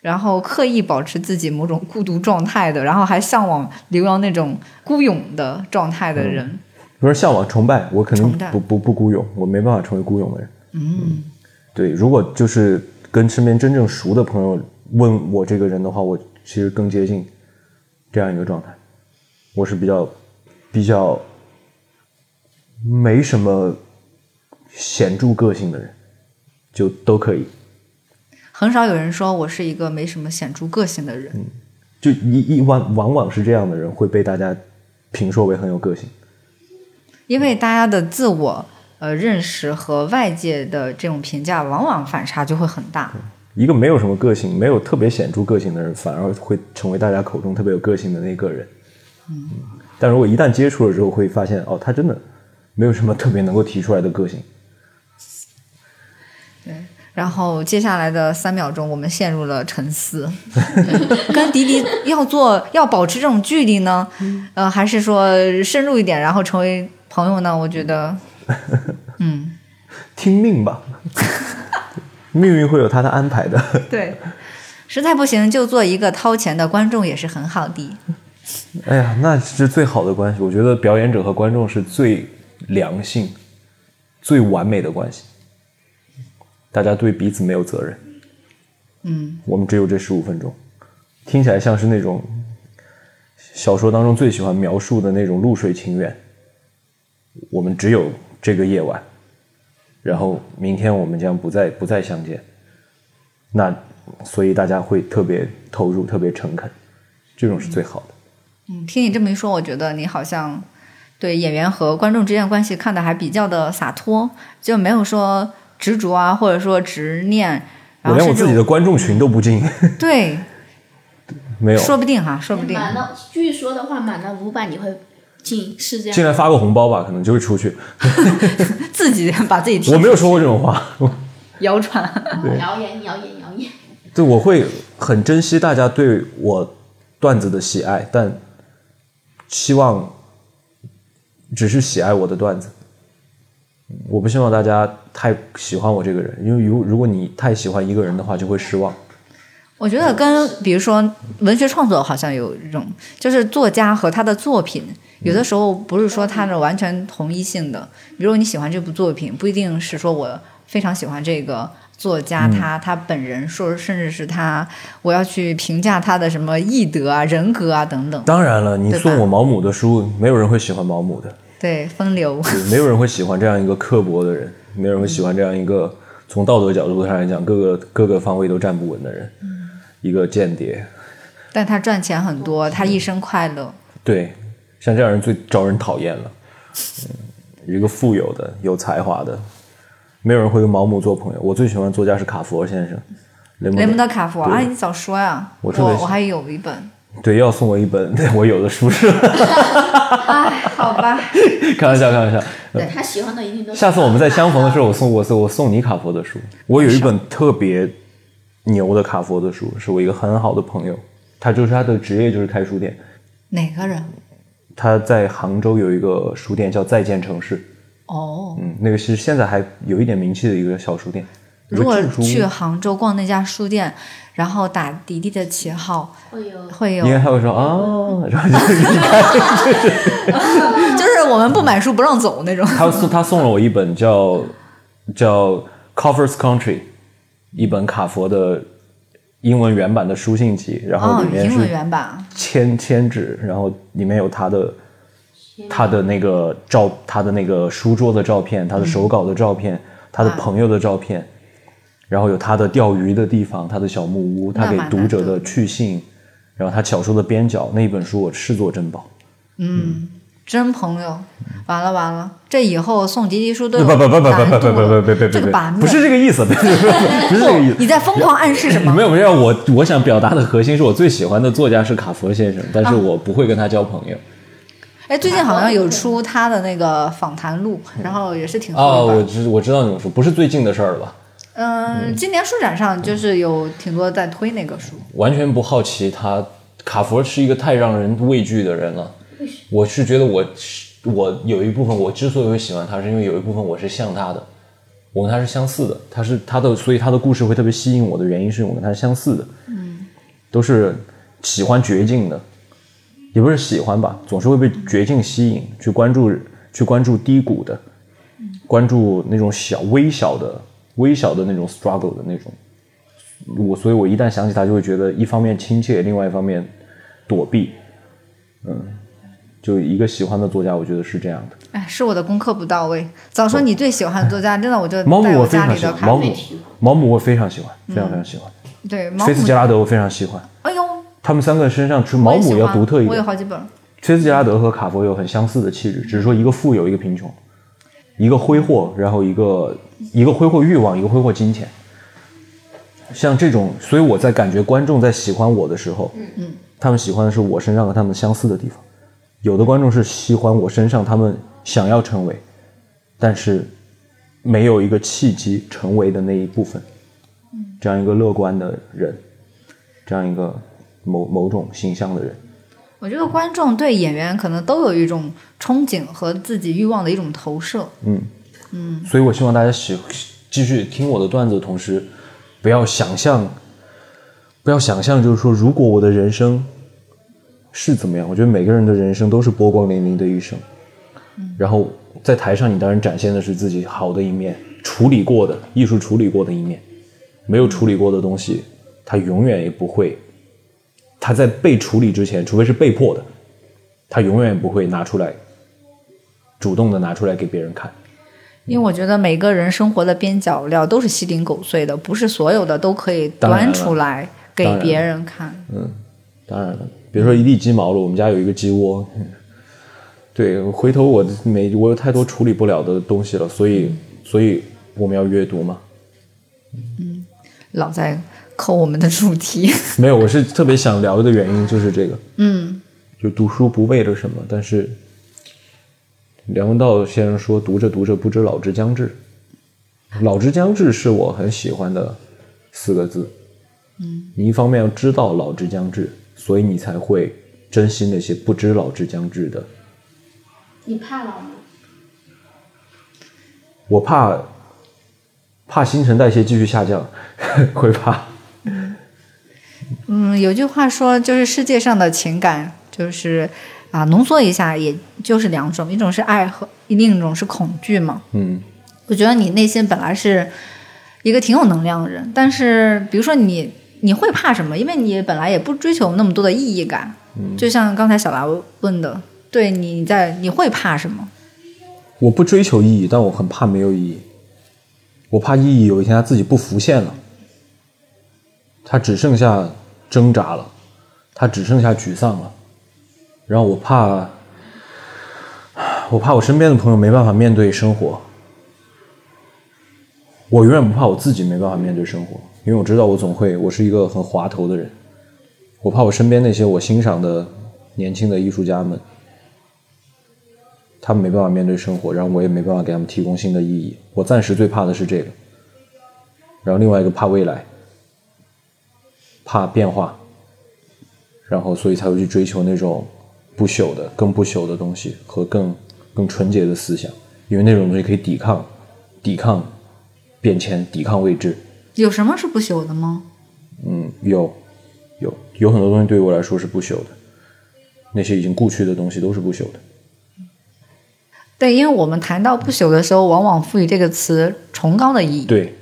A: 然后刻意保持自己某种孤独状态的，然后还向往刘洋那种孤勇的状态的人，
B: 有人向往崇拜，我肯定
A: 崇拜
B: 不不不孤勇，我没办法成为孤勇的人。嗯，对，如果就是跟身边真正熟的朋友问我这个人的话，我其实更接近这样一个状态。我是比较比较没什么显著个性的人，就都可以。
A: 很少有人说我是一个没什么显著个性的人。
B: 就一一往往往是这样的人会被大家评说为很有个性。
A: 因为大家的自我呃认识和外界的这种评价，往往反差就会很大。
B: 一个没有什么个性、没有特别显著个性的人，反而会成为大家口中特别有个性的那个人。嗯，但如果一旦接触了之后，会发现哦，他真的没有什么特别能够提出来的个性。
A: 然后接下来的三秒钟，我们陷入了沉思，跟迪迪要做要保持这种距离呢，呃，还是说深入一点，然后成为朋友呢？我觉得，嗯，
B: 听命吧，命运会有他的安排的。
A: 对，实在不行就做一个掏钱的观众也是很好的。
B: 哎呀，那是最好的关系。我觉得表演者和观众是最良性、最完美的关系。大家对彼此没有责任。嗯，我们只有这十五分钟，听起来像是那种小说当中最喜欢描述的那种露水情缘。我们只有这个夜晚，然后明天我们将不再不再相见。那所以大家会特别投入、特别诚恳，这种是最好的。
A: 嗯，听你这么一说，我觉得你好像对演员和观众之间的关系看得还比较的洒脱，就没有说执着啊，或者说执念，然
B: 我
A: 后
B: 连我
A: 甚至
B: 自己的观众群都不进，
A: 对，
B: 没有，
A: 说不定哈，说不定
C: 哎满了，据说的话，满了五百你会进，是这样
B: 进
C: 吗。
B: 来发个红包吧，可能就会出去。
A: 自己把自己踢
B: 我没有说过这种话，
A: 谣传。
C: 谣言，谣言，谣言。
B: 对，我会很珍惜大家对我段子的喜爱，但希望只是喜爱我的段子。嗯我不希望大家太喜欢我这个人，因为如如果你太喜欢一个人的话，就会失望。
A: 我觉得
B: 嗯
A: 跟比如说文学创作好像有一种，就是作家和他的作品，有的时候不是说它是完全同一性的。比如你喜欢这部作品，不一定是说我非常喜欢这个作家
B: 嗯
A: 他他本人，说甚至是他我要去评价他的什么艺德啊、人格啊等等。
B: 当然了，你
A: 对吧
B: 送我毛姆的书，没有人会喜欢毛姆的。
A: 对，风 流。
B: 对没有人会喜欢这样一个刻薄的人，没有人会喜欢这样一个从道德角度上来讲各个各个方位都站不稳的人，一个间谍，
A: 但他赚钱很多，他一生快乐。
B: 对，像这样人最招人讨厌了。嗯，一个富有的、有才华的，没有人会跟毛姆做朋友。我最喜欢的作家是卡佛先生，雷蒙
A: 雷蒙
B: 德
A: 德·卡佛，啊，你早说呀！
B: 我
A: 我
B: 特别喜
A: 我还有一 本，
B: 对，要送我一本 我有的书是吧，
A: 哎，好 吧，
B: 开玩笑，开玩笑。
C: 对他喜欢的一定都是
B: 下次我们在相逢的时候，我送我送我送你卡佛的书。我有一本特别牛的卡佛的书，是我一个很好的朋友，他就是他的职业就是开书店，
A: 哪个人？
B: 他在杭州有一个书店叫再见城市，
A: 哦，
B: 嗯，那个是现在还有一点名气的一个小书店。
A: 如果
B: 一个旧书
A: 去啊杭州逛那家书店，然后打迪迪的旗号，
C: 会有
A: 会有
B: 应该他会说啊，然后就
A: 就是我们不买书不让走那种。
B: 他送他送了我一本叫叫《Covers Country》，一本卡佛的英文原版的书信集， 然后
A: 哦
B: 里，面
A: 英
B: 是
A: 文原版，
B: 千千纸，然后里面有他的他的那个照，他的那个书桌的照片，他的手稿的照片，他的朋友的照片，然后有他的钓鱼的地方，他的小木屋，
A: 那
B: 他给
A: 蛮
B: 读
A: 难
B: 者
A: 得
B: 的去信，然后他小说的边角那一本书我视作珍宝。
A: 真朋友。完了完了，这以后送迪迪书都
B: 嗯不
A: 有
B: 不不不不不
A: 难
B: 不
A: 度
B: 不不
A: 了
B: 不不
A: 这个版本
B: 不不是这个意思，不是不是这个意思。
A: 你在疯狂暗示什么？
B: 没有没有，我我想表达的核心是我最喜欢的作家是卡佛先生，但是我不会跟他交朋友。
A: 哎，最近好像有出他的那个访谈录，然后也是挺
B: 啊，
A: 厚
B: 我
A: 的吧。
B: 知我知道你们说，不是最近的事儿了吧？
A: 嗯，今年书展上就是有挺多在推那个书。
B: 完全不好奇他。卡佛是一个太让人畏惧的人了。我是觉得我是我有一部分我之所以会喜欢他，是因为有一部分我是像他的，我跟他是相似的。他是他的，所以他的故事会特别吸引我的原因，是因为我跟他是相似的。嗯，都是喜欢绝境的，也不是喜欢吧，总是会被绝境吸引，去关注去关注低谷的，关注那种小微小的微小的那种 struggle 的那种。我所以，我一旦想起他，就会觉得一方面亲切，另外一方面躲避。嗯，就一个喜欢的作家，我觉得是这样的。
A: 哎，是我的功课不到位。早说你最喜欢的作家，真的我就
B: 毛姆
A: 带
B: 我非
A: 家
B: 常
A: 里
B: 喜
A: 的
B: 欢，
A: 咖
B: 毛
A: 啡。
B: 姆毛姆我非常喜欢，非常非常喜欢。
A: 对，嗯毛
B: 菲茨杰
A: 姆。
B: 拉德我非常喜欢，
A: 哎呦，
B: 他们三个身上除毛
A: 我也喜欢
B: 姆要独特一
A: 我有
B: 点。
A: 好几本。
B: 菲茨杰拉德和卡佛有很相似的气质，只是说一个富有，一个贫穷，一个挥霍，然后一个一个挥霍欲望，一个挥霍金钱。像这种，所以我在感觉观众在喜欢我的时候，嗯嗯，他们喜欢的是我身上和他们相似的地方。有的观众是喜欢我身上他们想要成为，但是没有一个契机成为的那一部分，这样一个乐观的人，这样一个某某种形象的人，
A: 我觉得观众对演员可能都有一种憧憬和自己欲望的一种投射。
B: 嗯所以我希望大家喜继续听我的段子的同时，不要想象，不要想象，就是说，如果我的人生是怎么样，我觉得每个人的人生都是波光粼粼的一生。然后在台上，你当然展现的是自己好的一面，处理过的艺术处理过的一面，没有处理过的东西，它永远也不会，它在被处理之前，除非是被迫的，它永远也不会拿出来，主动的拿出来给别人看。
A: 因为我觉得每个人生活的边角料都是稀零狗碎的，不是所有的都可以
B: 当然
A: 端
B: 了
A: 出来给
B: 当然
A: 别
B: 了
A: 人看。
B: 当然了，别说一地鸡毛了，我们家有一个鸡窝。嗯对，回头我没我有太多处理不了的东西了，所以所以我们要阅读嘛。
A: 老在扣我们的主题。
B: 没有，我是特别想聊的原因就是这个。 嗯，就读书不为了什么，但是梁文道先生说，读着读着不知老之将至。老之将至是我很喜欢的四个字。嗯，你一方面要知道老之将至，所以你才会珍惜那些不知老之将至的
C: 你怕老吗？
B: 我怕怕新陈代谢继续下降， 会怕。
A: 嗯，有句话说，就是世界上的情感，就是啊，浓缩一下，也就是两种，一种是爱和另一种是恐惧嘛。
B: 嗯，
A: 我觉得你内心本来是一个挺有能量的人，但是比如说你你会怕什么？因为你本来也不追求那么多的意义感。就像刚才小达问的，对你在你会怕什么？
B: 我不追求意义，但我很怕没有意义。我怕意义有一天它自己不浮现了，它只剩下挣扎了，他只剩下沮丧了。然后我怕， 我怕我身边的朋友没办法面对生活。我永远不怕我自己没办法面对生活，因为我知道我总会，我是一个很滑头的人。我怕我身边那些我欣赏的年轻的艺术家们，他们没办法面对生活，然后我也没办法给他们提供新的意义。我暂时最怕的是这个，然后另外一个怕未来，怕变化，然后所以才会去追求那种不朽的、更不朽的东西和更更纯洁的思想，因为那种东西可以抵抗、抵抗变迁、抵抗未知。
A: 有什么是不朽的吗？
B: 嗯，有，有有很多东西对于我来说是不朽的，那些已经故去的东西都是不朽的。
A: 对，因为我们谈到不朽的时候，往往赋予这个词崇高的意义。
B: 对，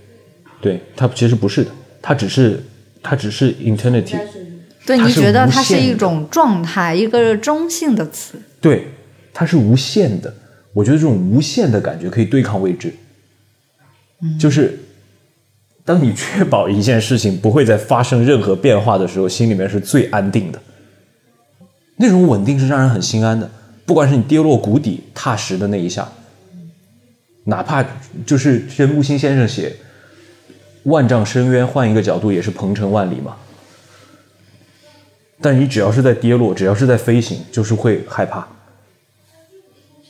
B: 对，它其实不是的，它只是它只是 eternity，
C: 但是
A: 对，
B: 它
A: 你
B: 是
A: 觉得
B: 无
A: 它是
B: 限
A: 一
B: 的
A: 种状态，一个中性的词。
B: 对，它是无限的。我觉得这种无限的感觉可以对抗未知，就是当你确保一件事情不会再发生任何变化的时候，心里面是最安定的。那种稳定是让人很心安的，不管是你跌落谷底踏实的那一下，哪怕就是真木心先生写“万丈深渊换一个角度也是鹏程万里”嘛。但你只要是在跌落，只要是在飞行，就是会害怕。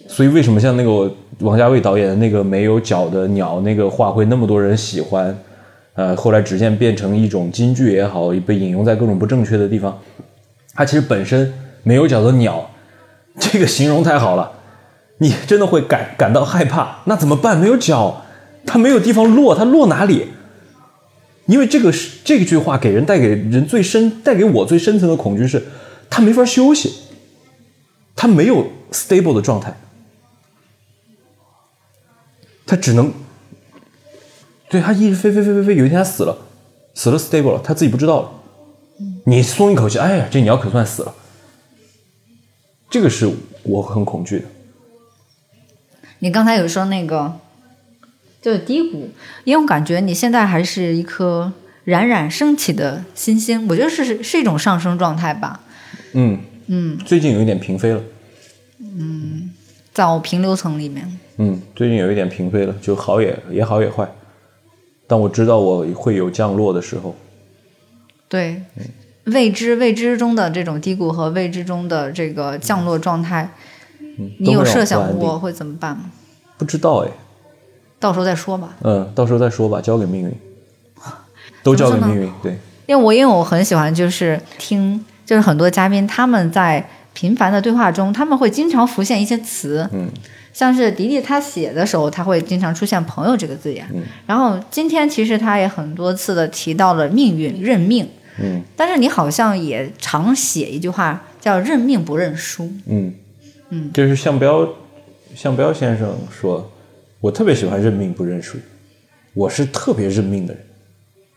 B: 所以为什么像那个王家卫导演的那个没有脚的鸟那个画会那么多人喜欢？呃，后来逐渐变成一种金句也好，被引用在各种不正确的地方。它其实本身没有脚的鸟，这个形容太好了，你真的会感感到害怕。那怎么办？没有脚，它没有地方落，它落哪里？因为这个是这句话给人带给人最深、带给我最深层的恐惧是，他没法休息，他没有 stable 的状态，他只能，对他一直飞飞飞飞飞，有一天他死了，死了 stable 了，他自己不知道了，你松一口气，哎呀，这鸟可算死了，这个是我很恐惧的，
A: 你刚才有说那个就是低谷，因为我感觉你现在还是一颗冉冉升起的新星，我觉得是是一种上升状态吧。
B: 嗯嗯，最近有一点平飞了。
A: 在我平流层里面，
B: 嗯，最近有一点平飞了，就好也也好也坏，但我知道我会有降落的时候。
A: 对未知未知中的这种低谷和未知中的这个降落状态，
B: 嗯，
A: 你
B: 都
A: 有
B: 会让
A: 设
B: 我
A: 想
B: 不安
A: 过
B: 定？
A: 会怎么办吗？
B: 不知道哎，
A: 到时候再说吧。
B: 嗯，到时候再说吧，交给命 运，都交给命运。对，
A: 因为我因为我很喜欢就是听，就是很多嘉宾他们在频繁的对话中，他们会经常浮现一些词，
B: 嗯，
A: 像是迪迪他写的时候，他会经常出现“朋友”这个字眼，
B: 嗯
A: 然后今天其实他也很多次的提到了命运、认命，
B: 嗯
A: 但是你好像也常写一句话叫“认命不认输
B: 嗯嗯，这是项彪，项彪先生说，我特别喜欢认命不认输，我是特别认命的人，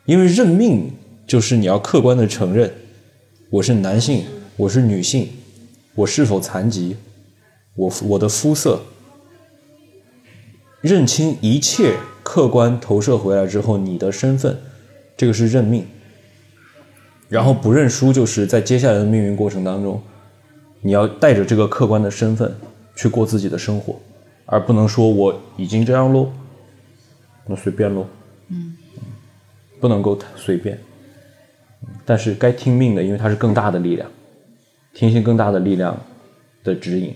B: 因为认命就是你要客观的承认，我是男性，我是女性，我是否残疾，我我的肤色，认清一切客观投射回来之后，你的身份，这个是认命。然后不认输，就是在接下来的命运过程当中，你要带着这个客观的身份去过自己的生活，而不能说我已经这样喽，那随便喽，嗯，不能够随便。嗯但是该听命的，因为它是更大的力量，听信更大的力量的指引。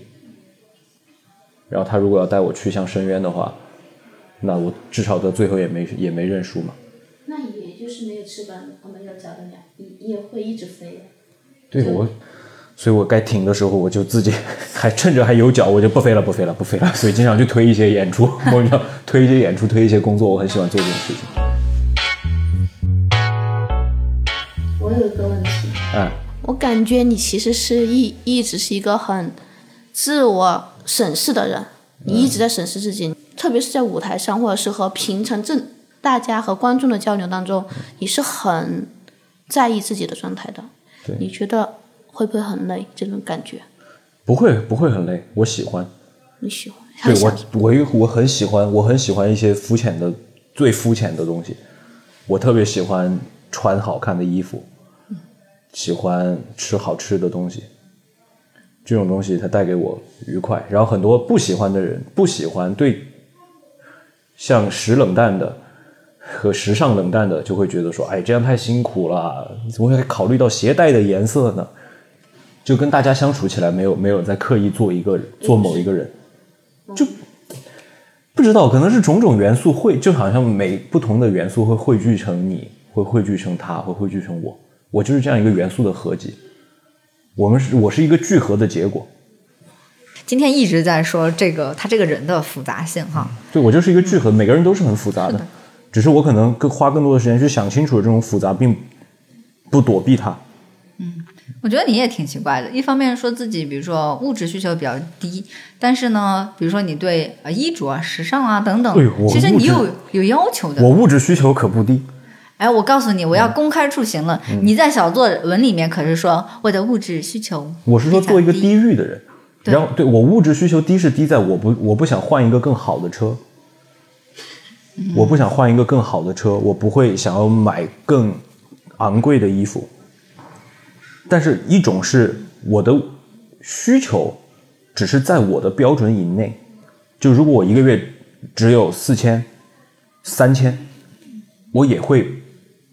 B: 然后他如果要带我去向深渊的话，那我至少到最后也没也没认输嘛。
C: 那也就是没有翅膀和没有脚的鸟，也也会一直飞的。
B: 对我，所以我该停的时候，我就自己 还趁着还有脚，我就不飞了，不飞了，不飞了。所以经常去推一些演出， 我就推一些演出，推一些工作，我很喜欢做这种事情。
C: 我有一个问题，
B: 哎，
C: 我感觉你其实是一一直是一个很自我审视的人，你一直在审视自己，特别是在舞台上，或者是和平常正大家和观众的交流当中，你是很在意自己的状态的。
B: 对
C: 你觉得会不会很累？这种感觉
B: 不会不会很累，我喜欢。
C: 你喜欢？
B: 对
C: 很享
B: 我我又我很喜欢，我很喜欢一些肤浅的最肤浅的东西。我特别喜欢穿好看的衣服，喜欢吃好吃的东西，这种东西它带给我愉快。然后很多不喜欢的人，不喜欢对像时冷淡的和时尚冷淡的，就会觉得说，哎，这样太辛苦了，你怎么会考虑到鞋带的颜色呢？就跟大家相处起来没有没有在刻意做一个做某一个人，就不知道可能是种种元素汇，就好像每不同的元素会汇聚成你，会汇聚成他，会汇聚成我，我就是这样一个元素的合集。我们是我是一个聚合的结果，
A: 今天一直在说这个他这个人的复杂性哈，
B: 对我就是一个聚合，每个人都是很复杂的，只是我可能更花更多的时间去想清楚这种复杂，并不躲避它。
A: 我觉得你也挺奇怪的，一方面说自己比如说物质需求比较低，但是呢，比如说你对呃衣着啊、时尚啊等等
B: 哎呦，我
A: 其实
B: 物
A: 你
B: 质
A: 有有要求的
B: 我。物质需求可不低，
A: 哎，我告诉你，我要公开处刑了。
B: 嗯
A: 你在小作文里面可是说我的物质需求，
B: 我是说做一个
A: 低
B: 低欲的人，
A: 对
B: 然后对我物质需求低是低在我不我不想换一个更好的车，我不想换一个更好的车，我不会想要买更昂贵的衣服。但是一种是我的需求只是在我的标准以内，就如果我一个月只有四千、三千，我也会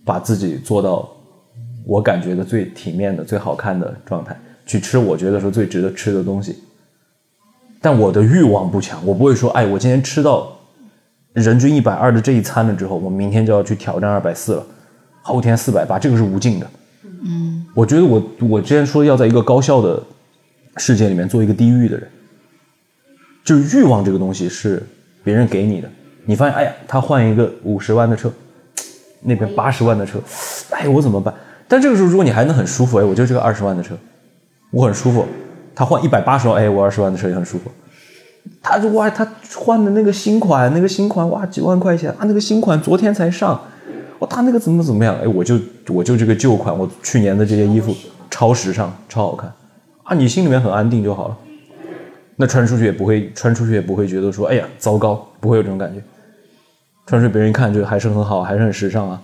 B: 把自己做到我感觉的最体面的、最好看的状态，去吃我觉得说最值得吃的东西。但我的欲望不强，我不会说，哎，我今天吃到人均一百二的这一餐了之后，我明天就要去挑战二百四了，后天四百八，这个是无尽的。嗯，我觉得我我之前说要在一个高效的世界里面做一个低欲的人，就是欲望这个东西是别人给你的，你发现，哎呀，他换一个五十万的车，那边八十万的车，哎，我怎么办？但这个时候，如果你还能很舒服，哎，我就是个二十万的车，我很舒服。他换一百八十万，哎，我二十万的车也很舒服。他就哇，他换的那个新款，那个新款哇，几万块钱啊，那个新款昨天才上，哇，他那个怎么怎么样？哎，我就我就这个旧款，我去年的这些衣服超时尚，超好看啊，你心里面很安定就好了。那穿出去也不会，穿出去也不会觉得说，哎呀，糟糕，不会有这种感觉。穿出去别人一看就还是很好，还是很时尚啊。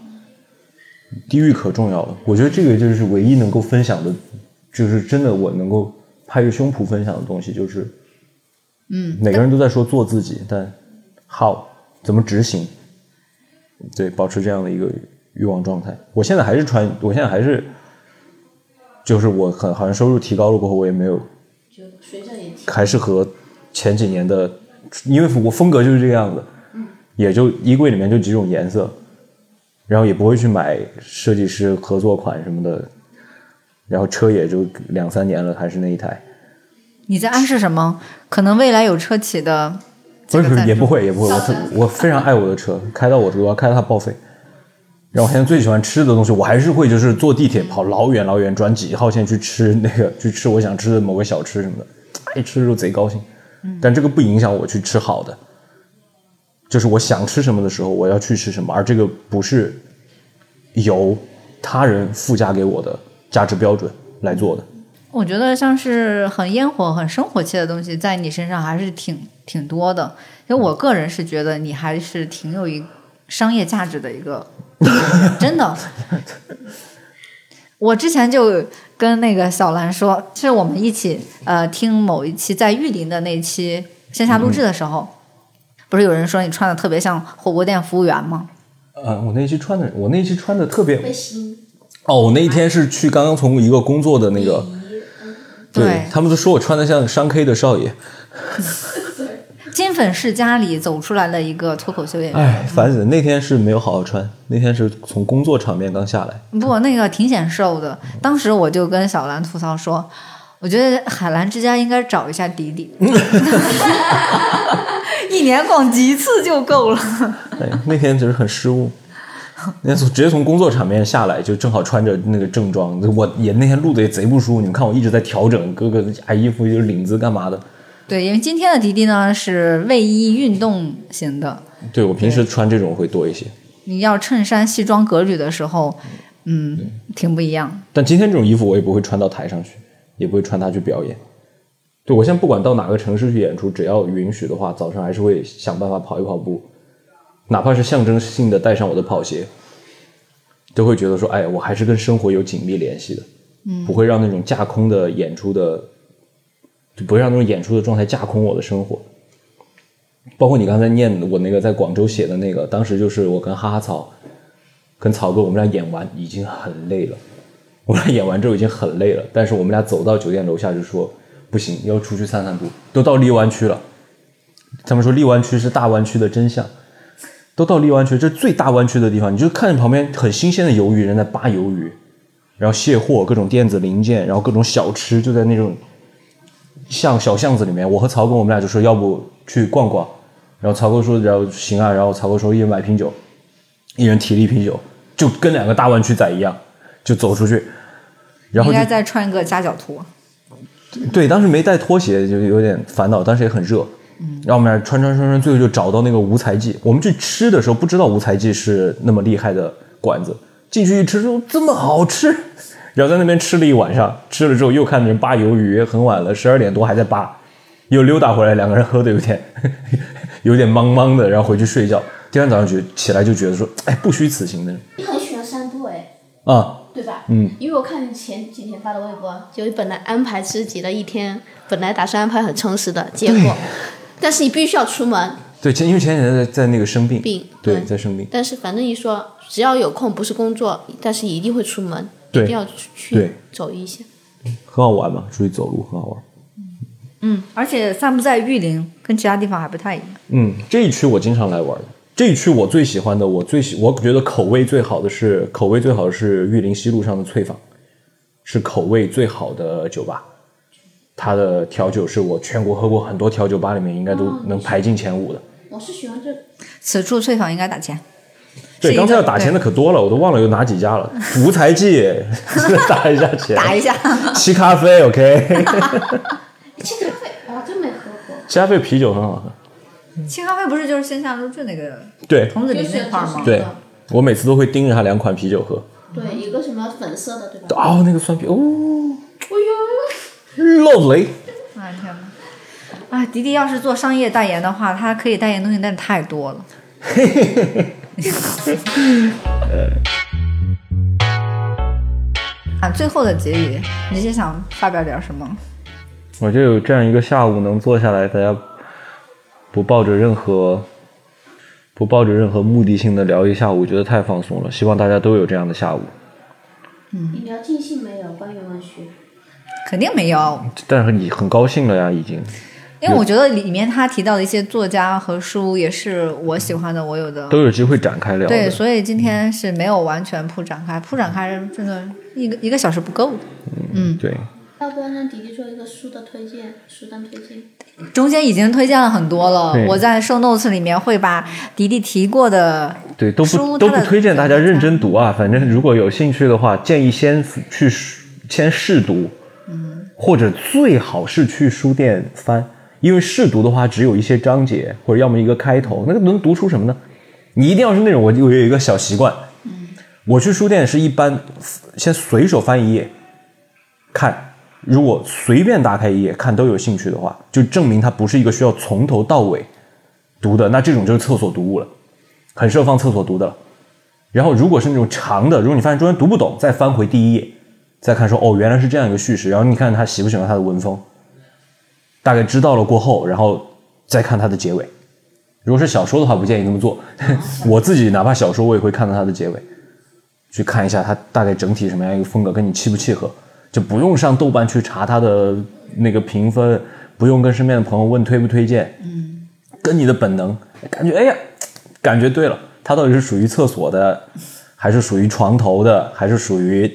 B: 地域可重要了。我觉得这个就是唯一能够分享的，就是真的我能够拍着胸脯分享的东西，就是，嗯，每个人都在说做自己，但 how 怎么执行？对，保持这样的一个欲望状态。我现在还是穿，我现在还是，就是我很好像收入提高了过后，我也没有，还是和前几年的，因为我风格就是这个样子，也就衣柜里面就几种颜色，然后也不会去买设计师合作款什么的，然后车也就两三年了，还是那一台，
A: 你在暗示什么？可能未来有车企的这个
B: 不是不是
A: 赞助
B: 也不会也不会，我 特我非常爱我的车，开到我的我要开到它报废。然后我现在最喜欢吃的东西，我还是会就是坐地铁跑老远老远，转几号线去吃那个去吃我想吃的某个小吃什么的，哎，吃的时候贼高兴。
A: 嗯
B: 但这个不影响我去吃好的，就是我想吃什么的时候，我要去吃什么，而这个不是由他人附加给我的价值标准来做的。
A: 我觉得像是很烟火、很生活气的东西，在你身上还是挺挺多的。因为我个人是觉得你还是挺有一商业价值的一个，真的。 我之前就跟那个小兰说，是我们一起呃听某一期在玉林的那期线下录制的时候，不是有人说你穿的特别像火锅店服务员吗？
B: 呃，我那期穿的，我那期穿的特别
C: 背心，
B: 哦，我那一天是去刚刚从一个工作的那个，
A: 对
B: 他们都说我穿的像商 K 的少爷，
A: 金粉世家里走出来的一个脱口秀演员。
B: 哎，烦死了！那天是没有好好穿，那天是从工作场面刚下来，
A: 不，那个挺显瘦的。
E: 嗯
A: 当时我就跟小兰吐槽说，我觉得海澜之家应该找一下 迪迪，一年逛几次就够了。
B: 哎，那天只是很失误。那天从直接从工作场面下来，就正好穿着那个正装，我也那天录的也贼不舒服。你们看我一直在调整各个哎衣服，就是领子干嘛的。
A: 对，因为今天的迪迪呢是卫衣运动型的，
B: 对我平时穿这种会多一些，
A: 你要衬衫西装革履的时候，嗯，挺不一样。
B: 但今天这种衣服我也不会穿到台上去，也不会穿它去表演。对我现在不管到哪个城市去演出，只要允许的话，早上还是会想办法跑一跑步，哪怕是象征性的带上我的跑鞋，都会觉得说，哎，我还是跟生活有紧密联系的。
E: 嗯，不会让那种架空的演出的，就不会让那种演出的状态架空我的生活。包括你刚才念我那个在广州写的那个，当时就是我跟哈哈草，跟草哥我们俩演完已经很累了，我们俩演完之后已经很累了，但是我们俩走到酒店楼下就说不行，要出去散散步，都到荔湾区了。他们说荔湾区是大湾区的真相，都到荔湾区，这是最大湾区的地方，你就看见旁边很新鲜的鱿鱼，人在扒鱿鱼，然后卸货，各种电子零件，然后各种小吃就在那种巷小巷子里面。我和曹哥我们俩就说，要不去逛逛。然后曹哥说，然后行啊，然后曹哥说一人买瓶酒，一人提了一瓶酒，就跟两个大湾区仔一样，就走出去，然后
A: 应
E: 就
A: 该再穿一个夹脚拖。
E: 对，当时没带拖鞋，就有点烦恼，当时也很热。然后我们俩穿穿穿穿，最后就找到那个无才记。我们去吃的时候不知道无才记是那么厉害的馆子，进去一吃说这么好吃，然后在那边吃了一晚上，吃了之后又看人扒鱿鱼，很晚了，十二点多还在扒，又溜达回来，两个人喝的有点有点茫茫的，然后回去睡觉。第二天早上觉起来就觉得说，哎，不虚此行的人
C: 你很喜欢散步哎，
E: 啊，
C: 对吧？嗯，因为我看你前几天发的微博，就本来安排自己的一天，本来打算安排很充实的，结果，
E: 嗯
C: 但是你必须要出门，
E: 对，前因为前几天在在那个生病，
C: 病
E: 对，
C: 对
E: 在生病，
C: 但是反正一说只要有空，不是工作，但是一定会出门，一
E: 对
C: 定要去
E: 对
C: 去走一下。
E: 很好玩嘛，出去走路很好玩。
A: 嗯，而且散步在玉林跟其他地方还不太一样。
E: 嗯，这一区我经常来玩的。这一区我最喜欢的，我最喜，我觉得口味最好的是口味最好的是玉林西路上的翠坊，是口味最好的酒吧。它的调酒是我全国喝过很多调酒吧里面应该都
A: 哦
E: 能排进前五的。
C: 我是喜欢这
A: 此处翠坊应该打钱。
E: 对，
A: 是一个
E: 刚才要打钱的可多了，我都忘了有哪几家了。无财 记打一下钱，
A: 打一下，
E: 七咖啡 OK，
C: 这咖啡，我真没喝过。
E: 七咖啡啤酒很好喝。
A: 青咖啡不是就是仙下路镇那个
E: 对
A: 童子林那块儿吗？
E: 对，我每次都会盯着它两款啤酒喝。
C: 对，一个什么粉色的，对吧？
E: 哦，那个酸啤，哦
C: 哎呦，
E: ，lovely。
A: 哎天呐！啊，迪迪要是做商业代言的话，他可以代言东西，但是太多了。 啊，最后的结语，你是想发表点什么？
B: 我就有这样一个下午能坐下来，大家不抱着任何不抱着任何目的性的聊一下午，我觉得太放松了。希望大家都有这样的下午，
E: 嗯
C: 你聊尽兴没有？关于文学，
A: 肯定没有，
B: 但是你很高兴了呀，已经。
A: 因为我觉得里面他提到的一些作家和书也是我喜欢的，我有的。
B: 都有机会展开聊的。
A: 对，所以今天是没有完全铺展开，铺展开真的一个一个小时不够的。嗯
B: 嗯对
C: 要不要让迪迪做一个书的推荐，书单推荐？
A: 中间已经推荐了很多了
B: 对，
A: 我在 show notes 里面会把迪迪提过的
B: 对，都
A: 书
B: 不
A: 它
B: 都
A: 的
B: 不推荐大家认真读啊。反正如果有兴趣的话，建议先去试先试读，
A: 嗯
B: 或者最好是去书店翻，因为试读的话只有一些章节，或者要么一个开头，那个能读出什么呢？你一定要是那种我我有一个小习惯，
A: 嗯
B: 我去书店是一般先随手翻一页，看，如果随便打开一页看都有兴趣的话，就证明它不是一个需要从头到尾读的，那这种就是厕所读物了，很适合放厕所读的了。然后如果是那种长的，如果你发现中间读不懂，再翻回第一页，再看说哦原来是这样一个叙事，然后你看他喜不喜欢他的文风，大概知道了过后，然后再看它的结尾。如果是小说的话，不建议这么做。 我自己哪怕小说，我也会看到它的结尾，去看一下它大概整体什么样一个风格，跟你契不契合，就不用上豆瓣去查它的那个评分，不用跟身边的朋友问推不推荐，嗯，跟你的本能感觉，哎呀，感觉对了，它到底是属于厕所的，还是属于床头的，还是属于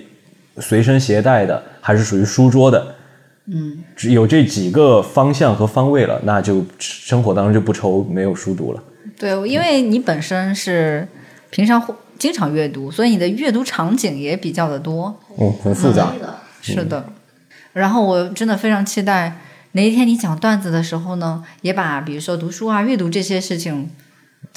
B: 随身携带的，还是属于书桌的，嗯，只有这几个方向和方位了，那就生活当中就不愁没有书读了。
A: 对，因为你本身是平常会经常阅读，所以你的阅读场景也比较的多。
E: 嗯，很复杂。
A: 是的，然后我真的非常期待哪一天你讲段子的时候呢，也把比如说读书啊、阅读这些事情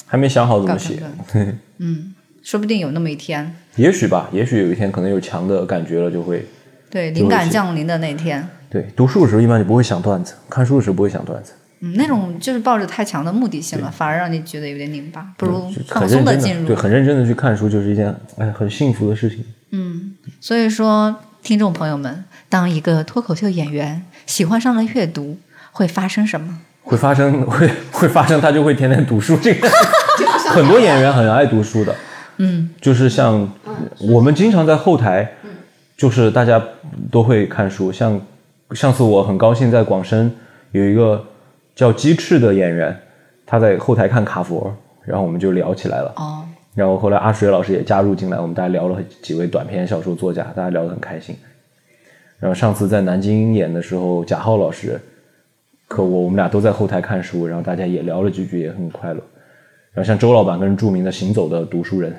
E: 还没想好怎
A: 搞
E: 么
A: 成
E: 写，
A: 段子。 嗯，说不定有那么一天，
E: 也许吧，也许有一天可能有强的感觉了，就会
A: 对，灵感
E: 写
A: 降临的那天，
E: 对。读书的时候一般就不会想段子，看书的时候不会想段子，
A: 嗯，那种就是抱着太强的目的性了，反而让你觉得有点拧巴，不如
E: 就
A: 放
E: 很
A: 松
E: 认
A: 的
E: 真
A: 进
E: 的，
A: 入。
E: 对，很认真的去看书就是一件哎很幸福的事情。
A: 所以说，听众朋友们，当一个脱口秀演员喜欢上了阅读，会发生什么？
B: 会发生 会会发生，他就会天天读书。这个很多演员很爱读书的，嗯，就是嗯像我们经常在后台，就是大家都会看书。像上次我很高兴在广深有一个叫鸡翅的演员，他在后台看卡佛，然后我们就聊起来了。
A: 哦，
B: 然后后来阿水老师也加入进来，我们大家聊了几位短篇小说作家，大家聊得很开心。然后上次在南京演的时候，贾浩老师和我我们俩都在后台看书，然后大家也聊了几句，也很快乐。然后像周老板跟著名的行走的读书人，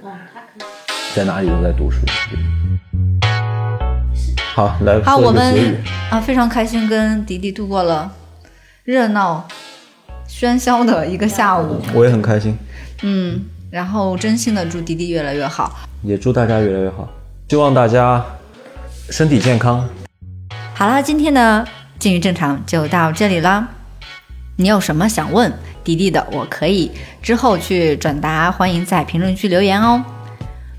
B: 在哪里都在读书。好，来
A: 好，
B: 做
A: 我
B: 一个结语
A: 们啊非常开心跟迪迪度过了热闹喧嚣的一个下午，
B: 我也很开心，
A: 嗯，然后真心的祝迪迪越来越好。
B: 也祝大家越来越好，希望大家身体健康。
A: 好啦，今天的进入正常就到这里啦。你有什么想问迪迪的，我可以之后去转达，欢迎在评论区留言哦。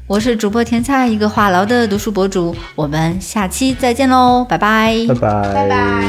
A: 我是主播甜菜，一个
B: 嗯
A: 话痨的读书博主，我们下期再见喽，拜拜
B: 拜拜。